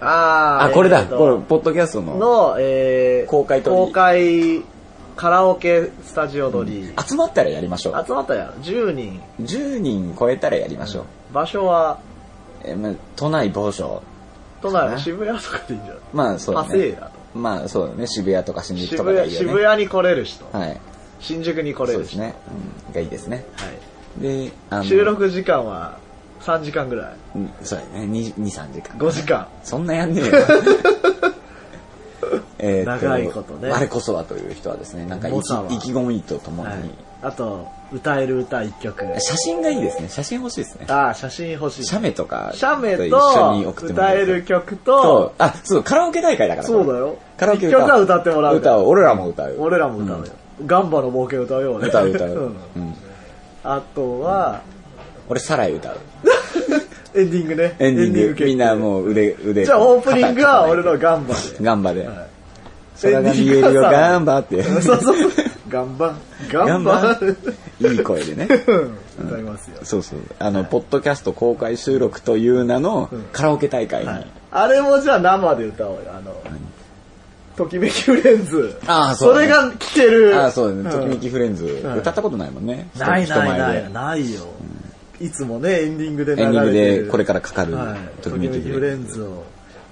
Speaker 3: あ
Speaker 2: あ、
Speaker 3: ー
Speaker 2: これ
Speaker 3: え
Speaker 2: だ、
Speaker 3: ーと
Speaker 2: これ、ポッドキャストの、
Speaker 3: の、えー、
Speaker 2: 公開撮り
Speaker 3: 公開カラオケスタジオ撮り。
Speaker 2: 集まったらやりましょう。
Speaker 3: 集まったやん。10人。
Speaker 2: 10人超えたらやりましょう。
Speaker 3: 場所は、
Speaker 2: えーまあ都内某所、
Speaker 3: 都内、渋谷とかでいいんじゃない
Speaker 2: まあそうだ
Speaker 3: パセ
Speaker 2: ね
Speaker 3: ー。ラと。
Speaker 2: まあそうだね、渋谷とか新宿とか
Speaker 3: 渋
Speaker 2: がい
Speaker 3: 谷、
Speaker 2: いよね。
Speaker 3: 渋谷に来れる人。
Speaker 2: はい。
Speaker 3: 新宿に来れ
Speaker 2: そう
Speaker 3: る
Speaker 2: です
Speaker 3: 人。は
Speaker 2: ね。うん、がいいですね。で、あの
Speaker 3: い。収録時間は3時間ぐらい。
Speaker 2: うんそうだね、2、2 3時間。
Speaker 3: 5時間。
Speaker 2: そんなやんねえよ。 [laughs] えーと
Speaker 3: 長いことね
Speaker 2: 我こそはという人はですね、なんか意
Speaker 3: 猛者は
Speaker 2: 気意気込みとともに、
Speaker 3: はい。あと、歌える歌1曲。
Speaker 2: 写真がいいですね。写真欲しいですね。
Speaker 3: あー、写真欲しい。
Speaker 2: 写メとか、
Speaker 3: 写メ
Speaker 2: 一緒に
Speaker 3: と
Speaker 2: 送ってもら
Speaker 3: 歌える
Speaker 2: そ
Speaker 3: 曲と
Speaker 2: う、あ、そう、カラオケ大会だから。
Speaker 3: そうだよ
Speaker 2: カラオケ歌う
Speaker 3: 一曲は歌ってもらうから
Speaker 2: 歌を、俺らも歌う。
Speaker 3: 俺らも歌うよ、ガンバの冒険歌うよ俺
Speaker 2: 歌う歌う。
Speaker 3: ん
Speaker 2: うん。
Speaker 3: あとは、
Speaker 2: 俺、サライ歌う。
Speaker 3: エンディングね
Speaker 2: エンディング、
Speaker 3: 決定
Speaker 2: みんなもう腕、腕。
Speaker 3: じゃあオープニングは俺の
Speaker 2: の
Speaker 3: ガンバで
Speaker 2: ガンバで。
Speaker 3: はい
Speaker 2: 空が見えるよ、ガンバって。
Speaker 3: そうそうそうガンバガンバ
Speaker 2: いい声でね。
Speaker 3: うん歌いますよ、
Speaker 2: そうそう。あの、ポッドキャスト公開収録という名のカラオケ大会に。
Speaker 3: はい、あれもじゃあ生で歌おうよあの、ときめきフレンズ
Speaker 2: ああそうだね
Speaker 3: れが来てる
Speaker 2: ああ、そうだね。ときめ
Speaker 3: ん
Speaker 2: きフレンズ。歌ったことないもんね。
Speaker 3: ない
Speaker 2: 人人
Speaker 3: ない
Speaker 2: 前で
Speaker 3: ないないよ、いつもねエンディングで流
Speaker 2: エ
Speaker 3: れ
Speaker 2: ン
Speaker 3: て
Speaker 2: ディン
Speaker 3: る
Speaker 2: グでこれからかかる
Speaker 3: はい、
Speaker 2: と
Speaker 3: と
Speaker 2: きめ
Speaker 3: きめ
Speaker 2: き
Speaker 3: き
Speaker 2: フ
Speaker 3: フ
Speaker 2: レ
Speaker 3: レ
Speaker 2: ン
Speaker 3: ン
Speaker 2: ズ
Speaker 3: ズを。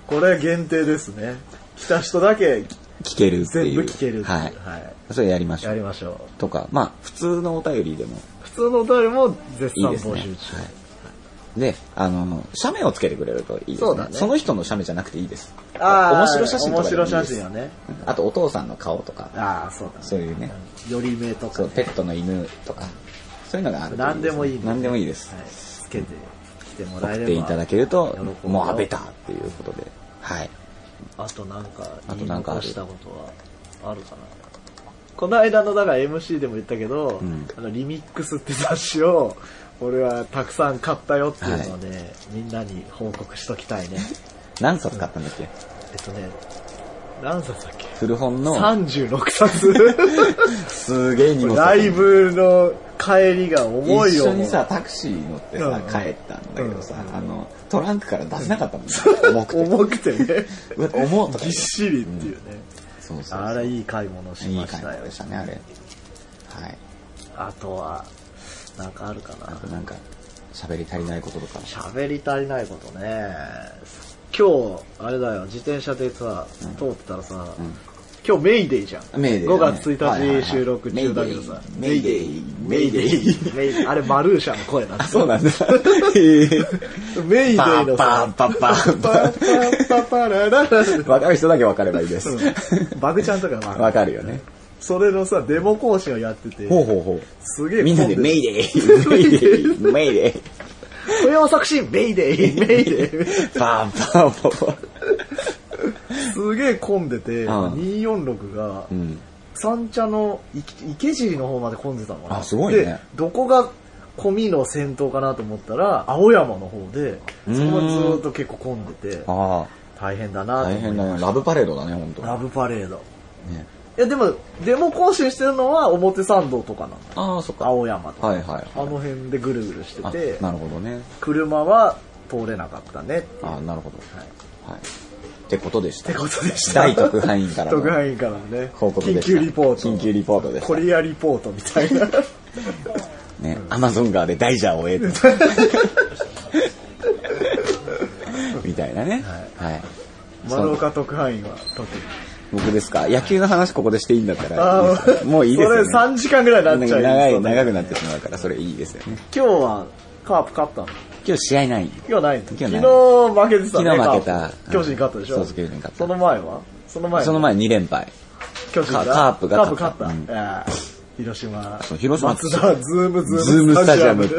Speaker 3: これ限定ですね。来た人だけ
Speaker 2: 聞けるっていう。
Speaker 3: 全部聞ける。
Speaker 2: はい。
Speaker 3: は
Speaker 2: それやりまし
Speaker 3: い。
Speaker 2: ょ
Speaker 3: やり
Speaker 2: う。
Speaker 3: ましょう。
Speaker 2: とか、まあ、普通のお便りでも
Speaker 3: 普通のお便りも絶
Speaker 2: いい
Speaker 3: 賛
Speaker 2: です
Speaker 3: 募
Speaker 2: ね
Speaker 3: 集中。。
Speaker 2: はいで、あの、写メをつけてくれるといいです
Speaker 3: そう
Speaker 2: ね
Speaker 3: だ。ね
Speaker 2: その人の写メじゃなくていいです。
Speaker 3: あー
Speaker 2: 面白写真とかでもいいです。
Speaker 3: 面白写真よね
Speaker 2: うん。あと、お父さんの顔とか、
Speaker 3: ああ、そうだね。
Speaker 2: そういうね。
Speaker 3: より目とか
Speaker 2: そう、ペットの犬とか、そういうのがあると
Speaker 3: 何でもいいんで
Speaker 2: 何でもいいです。
Speaker 3: はい、つけてきてもらえ
Speaker 2: 送
Speaker 3: れば。
Speaker 2: っていただけると
Speaker 3: 喜ぶよ、
Speaker 2: もうあべたっていうことで。はい。
Speaker 3: あとなんか、
Speaker 2: あ
Speaker 3: あ
Speaker 2: と
Speaker 3: と
Speaker 2: な
Speaker 3: なんん
Speaker 2: かあ
Speaker 3: か
Speaker 2: る
Speaker 3: したことはあるかな。この間の、だから MC でも言ったけど、
Speaker 2: ん
Speaker 3: あの、リミックスって雑誌を、俺はたくさん買ったよっていうのをね、みんなに報告しと
Speaker 2: [laughs]
Speaker 3: きたいね。
Speaker 2: 何冊買ったんだっけ
Speaker 3: えっとね、何冊だっけ
Speaker 2: 古本の、
Speaker 3: 36冊
Speaker 2: [laughs] すげえ荷物だ
Speaker 3: ライブの帰りが重い
Speaker 2: 一
Speaker 3: よ。
Speaker 2: 緒にさ、タクシー乗ってさ
Speaker 3: う、ん
Speaker 2: 帰ったんだけどさ、あの、トランクから出せなかったもんね。重くて。
Speaker 3: 重く
Speaker 2: [laughs]
Speaker 3: てね、
Speaker 2: うわ重っとか言って。
Speaker 3: ぎっしりっていうね。
Speaker 2: そうそう。
Speaker 3: あれ、いい買い物し
Speaker 2: いい
Speaker 3: まし
Speaker 2: 感
Speaker 3: たよ
Speaker 2: じで。したね、あれ。はい。
Speaker 3: あとは、なんかあるか
Speaker 2: あ
Speaker 3: な
Speaker 2: と。なんか、喋り足りないこととか。
Speaker 3: 喋り足りないことね。今日、あれだよ、自転車でさ、通ってたらさ、今日メイデーじゃん。
Speaker 2: メイデーだね
Speaker 3: 5月
Speaker 2: はいはいは
Speaker 3: 1
Speaker 2: い
Speaker 3: 日収録中だけどさ、
Speaker 2: メイデーメイデーメイデイ。
Speaker 3: メイあれ、マルーシャの声なんですよ。
Speaker 2: そうなんだ。へえ
Speaker 3: メイデイ
Speaker 2: パー
Speaker 3: の
Speaker 2: パー
Speaker 3: さ、
Speaker 2: パーパーパ
Speaker 3: パッパッパッパラララ
Speaker 2: ー。 [laughs] わかる人だけわかればいいです。
Speaker 3: バグちゃんとかま
Speaker 2: [laughs] わ
Speaker 3: あ、
Speaker 2: かるよね。
Speaker 3: それのさ、デモ講師をやってて、
Speaker 2: ほうほうほう。
Speaker 3: すげえ
Speaker 2: みんなで
Speaker 3: 混
Speaker 2: メ
Speaker 3: る
Speaker 2: イデイ、メイデイ、メイデイ、
Speaker 3: 不要促進、メイデイ、メイデイ。
Speaker 2: パーパーパーパー。
Speaker 3: すげえ混んでて、
Speaker 2: ん
Speaker 3: 246が
Speaker 2: う、ん。
Speaker 3: 三茶のい池尻の方まで混んでたのかな。
Speaker 2: あすごいね
Speaker 3: で、どこが込みの先頭かなと思ったら、青山の方で、そこがずっと結構混んでて、
Speaker 2: ああ、
Speaker 3: 大変だなと思
Speaker 2: 大
Speaker 3: い
Speaker 2: 変
Speaker 3: ま
Speaker 2: だ
Speaker 3: し
Speaker 2: ね。ラブパレードだね、ほんと。
Speaker 3: たラブパレード。
Speaker 2: ね
Speaker 3: いや、でも、デモ行進してるのは表参道とかなの。
Speaker 2: ああ、そっか。
Speaker 3: 青山とか。
Speaker 2: はいはい。
Speaker 3: あの辺でぐるぐるして
Speaker 2: あ
Speaker 3: て、
Speaker 2: なるほどね。
Speaker 3: 車は通れなかったね。っ
Speaker 2: ああ、なるほど。はい。ってことでした
Speaker 3: て。ことでした。
Speaker 2: 大特派員
Speaker 3: [laughs]
Speaker 2: からの
Speaker 3: 特派員からのね、
Speaker 2: 報告で
Speaker 3: 緊
Speaker 2: した。
Speaker 3: 急リポート。
Speaker 2: 緊急リポートでし
Speaker 3: コリアリポートみた
Speaker 2: [laughs]
Speaker 3: いな。
Speaker 2: た。ね。アマゾン川で大ジャーを得
Speaker 3: [laughs]
Speaker 2: る。みたいなね。はい。
Speaker 3: 丸岡特派員は特に。
Speaker 2: 僕ですか野球の話ここでしていいんだったらいい
Speaker 3: あ
Speaker 2: ですよね、もういいですよ、ね。
Speaker 3: それ3時間ぐらいになっちゃうよ
Speaker 2: 長い、
Speaker 3: それ
Speaker 2: 長くなってしまうから、それいいですよね。
Speaker 3: 今日はカープ勝ったの
Speaker 2: 今日試合ない。
Speaker 3: 今日ない
Speaker 2: 今
Speaker 3: の昨
Speaker 2: 日
Speaker 3: 日
Speaker 2: ない
Speaker 3: 負けてた
Speaker 2: 昨
Speaker 3: ね。
Speaker 2: 日負け
Speaker 3: カ
Speaker 2: た
Speaker 3: ー。プ巨人勝ったでしょ
Speaker 2: そうそう、巨人勝
Speaker 3: そ
Speaker 2: っ
Speaker 3: の前はその前
Speaker 2: た。
Speaker 3: は
Speaker 2: その前2連敗。
Speaker 3: 巨人
Speaker 2: カ
Speaker 3: が
Speaker 2: カープが勝った
Speaker 3: カープ勝った。ああ広島。
Speaker 2: そう広島
Speaker 3: 松田、ズームズーム。
Speaker 2: ズームスタジアムって、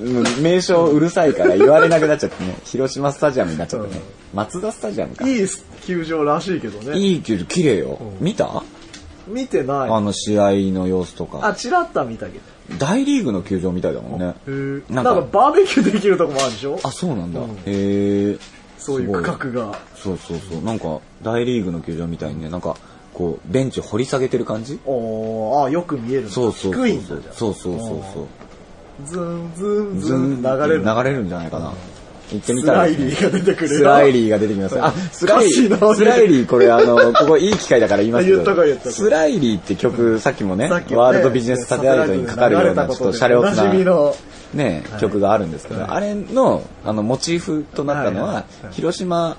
Speaker 2: うん名称うるさいから言われなくなっちゃってね。広島スタジアムになっちゃったね。松田スタジアムか。
Speaker 3: いい球場らしいけどね。
Speaker 2: いいけど綺麗よ。見た
Speaker 3: 見てない。
Speaker 2: あの試合の様子と
Speaker 3: あ、
Speaker 2: か。
Speaker 3: チラッとは見たけど。
Speaker 2: 大リーグの球場みたいだもんね。
Speaker 3: へー
Speaker 2: な
Speaker 3: なんん
Speaker 2: か
Speaker 3: かバーベキューできるとこもあるでしょ
Speaker 2: あ、そうなんだ。へえ。
Speaker 3: そうい
Speaker 2: す
Speaker 3: う
Speaker 2: ご
Speaker 3: 区画が。
Speaker 2: そうそうそう。なんか、大リーグの球場みたいにね、なんか、こう、ベンチ掘り下げてる感じ
Speaker 3: おー、あ、よく見えるんだ
Speaker 2: そうそうそうそう。
Speaker 3: 低いんだじゃん。
Speaker 2: そうそうそうそう。
Speaker 3: ズンズン
Speaker 2: ズ
Speaker 3: ズン
Speaker 2: ン
Speaker 3: 流れる。
Speaker 2: 流れるんじゃないかな。行ってみ
Speaker 3: ス
Speaker 2: たら
Speaker 3: ラ
Speaker 2: で
Speaker 3: イ
Speaker 2: すね、
Speaker 3: リーが出てくる。
Speaker 2: スライリーが出てきます。
Speaker 3: [laughs]
Speaker 2: あ、スライリ
Speaker 3: 歌詞の
Speaker 2: ー、
Speaker 3: ね
Speaker 2: スライリー、これあの、ここいい機会だから言いますけ
Speaker 3: 言っとこう言っとこ
Speaker 2: ど、
Speaker 3: う
Speaker 2: スライリーって曲、さっきもね、
Speaker 3: さっきね
Speaker 2: ワールドビジネスサテライトにかかるような、ちょっとシャレオツ
Speaker 3: おなじみ
Speaker 2: な
Speaker 3: の、
Speaker 2: ね、曲があるんですけど、あれの、あの、モチーフとなったの
Speaker 3: はい
Speaker 2: は
Speaker 3: は、
Speaker 2: 広島、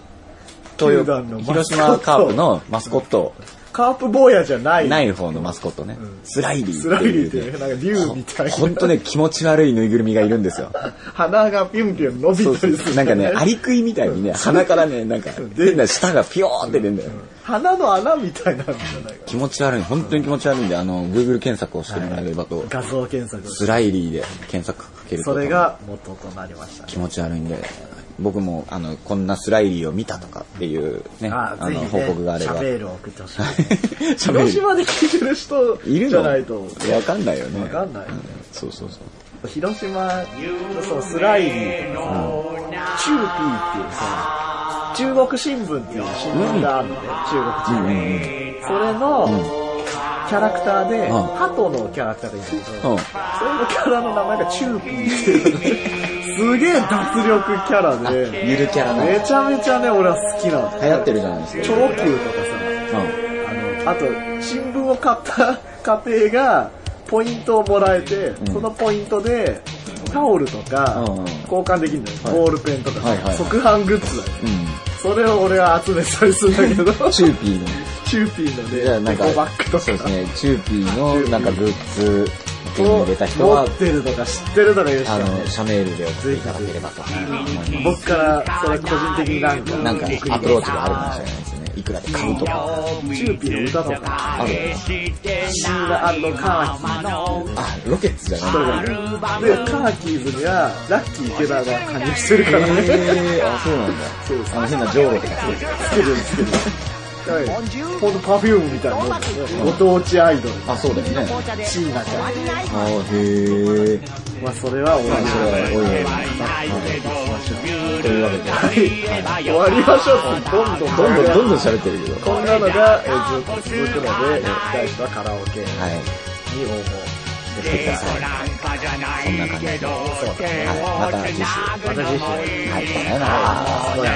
Speaker 2: 東
Speaker 3: 球団
Speaker 2: 洋
Speaker 3: のマスコット
Speaker 2: 広島カープのマスコット、
Speaker 3: カープ坊やじゃない。
Speaker 2: ない方のマスコットね、スライリー
Speaker 3: スライリーって
Speaker 2: い
Speaker 3: いうう、
Speaker 2: ね
Speaker 3: なんか竜みたいな。
Speaker 2: ほんとね、気持ち悪いぬいぐるみがいるんですよ。
Speaker 3: 鼻がピュンピュン伸び
Speaker 2: そう
Speaker 3: た
Speaker 2: そう
Speaker 3: り
Speaker 2: そ
Speaker 3: す
Speaker 2: う。
Speaker 3: る。
Speaker 2: なんかね、アリクイみたいにね、鼻からね、なんか、変な舌がピヨーンって出るんだよね。
Speaker 3: 鼻の穴みたいなんじゃないか。
Speaker 2: 気持ち悪い、本当に気持ち悪いんで、あの、Google 検索をしてもらえればと、
Speaker 3: 画像検索をして
Speaker 2: スライリーで検索かけると。
Speaker 3: それが元となりましたね。
Speaker 2: 気持ち悪いんで、僕も、あの、こんなスライリーを見たとかっていうね、
Speaker 3: あ
Speaker 2: あ
Speaker 3: あ、ぜ
Speaker 2: の、
Speaker 3: ひ
Speaker 2: 報
Speaker 3: ね、
Speaker 2: 告があれ
Speaker 3: シ
Speaker 2: ば
Speaker 3: ャ。ベールを送ってほしい。
Speaker 2: [laughs] 喋
Speaker 3: 広島で聞いてる人
Speaker 2: [laughs] いる
Speaker 3: じ
Speaker 2: の
Speaker 3: ゃないと。
Speaker 2: わかんないよね。
Speaker 3: わかんないよね
Speaker 2: そうそうそう。
Speaker 3: 広島のそのスライリーとかさ、チューピーっていうさ、中国新聞っていう新聞があるのね、中
Speaker 2: うん
Speaker 3: 国
Speaker 2: うんう
Speaker 3: 新聞。
Speaker 2: ん。
Speaker 3: それのキャラクターで、
Speaker 2: ん
Speaker 3: 鳩のキャラクターがいるんだけど、
Speaker 2: うん
Speaker 3: それのキャラの名前がチューピーっていうのね、すげえ脱力キャラで、
Speaker 2: ゆるキャラの。流
Speaker 3: めちゃめちゃね、俺は好きなの。
Speaker 2: 行ってるじゃないです
Speaker 3: 超級と
Speaker 2: か。うん。
Speaker 3: かさ、あの、あと、新聞を買った [laughs] 家庭が、ポイントをもらえて、そのポイントで、タオルとか
Speaker 2: うんうん、
Speaker 3: 交換できるのよ。
Speaker 2: はい
Speaker 3: ボールペンとかさ、
Speaker 2: はいはい
Speaker 3: 即販グッズだよ。
Speaker 2: う
Speaker 3: それを俺は集めたりするんだけど、 [laughs]
Speaker 2: ん。チューピーの。
Speaker 3: チューピーのね、
Speaker 2: じゃあなんか
Speaker 3: エコバッグと
Speaker 2: そう
Speaker 3: か
Speaker 2: ですね、チューピーのなんかグッズ手に入れた人
Speaker 3: 持
Speaker 2: は
Speaker 3: っ、てるとか知ってるとか言うし
Speaker 2: あ
Speaker 3: かない
Speaker 2: の、シャメールで送っていただければと思います。
Speaker 3: 僕からそれ個人的になんか
Speaker 2: なんかアプローチがあるかもしれないですね。いくらで買うとか。
Speaker 3: チューピーの歌とか
Speaker 2: ある
Speaker 3: シーラカーキ
Speaker 2: あ、ロケッツじゃない
Speaker 3: ーズとかでカーキーズにはラッキー池田が加入してるからね、
Speaker 2: えー、あ、そうなんだ。あの変なジョーロとかつけてる
Speaker 3: つけてるつけてるはいほんとパフュームみたいなもんだよねご当地アイドル
Speaker 2: あ、そうだよね。
Speaker 3: シーナちゃん
Speaker 2: あ、へー。
Speaker 3: まあそれは終わり
Speaker 2: それはおいおいおい。というわけで、
Speaker 3: 終わりましょうってどんどん
Speaker 2: どんどんどん
Speaker 3: ん
Speaker 2: どん喋ってるけど。
Speaker 3: こんなのがえーずっと続くのでえー第一はカラオケに
Speaker 2: はい。
Speaker 3: 応募
Speaker 2: してください。そんな感じで。そうだねはい。また次週。
Speaker 3: また次週
Speaker 2: はい、さようなら。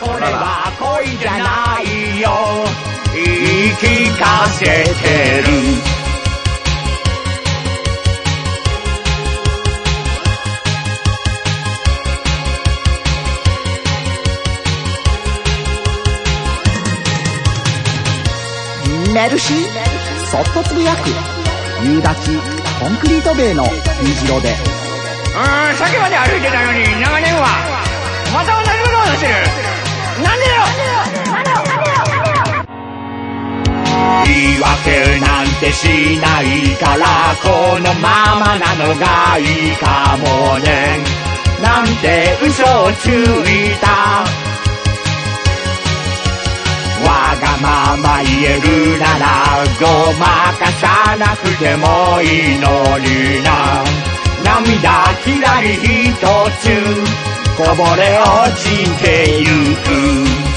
Speaker 6: これは恋じゃないよ言い聞かせてる
Speaker 7: 寝るし、そっとつぶやく。夕立、コンクリート塀の虹色で
Speaker 6: ーん、さっきまで歩いてたのに、長年は。また同じことをしてる。なんでだよ言い訳なんてしないから、このままなのがいいかもね。なんて嘘をついた。わがまま言えるならごまかさなくてもいいのにな涙きらりひとつこぼれ落ちてゆく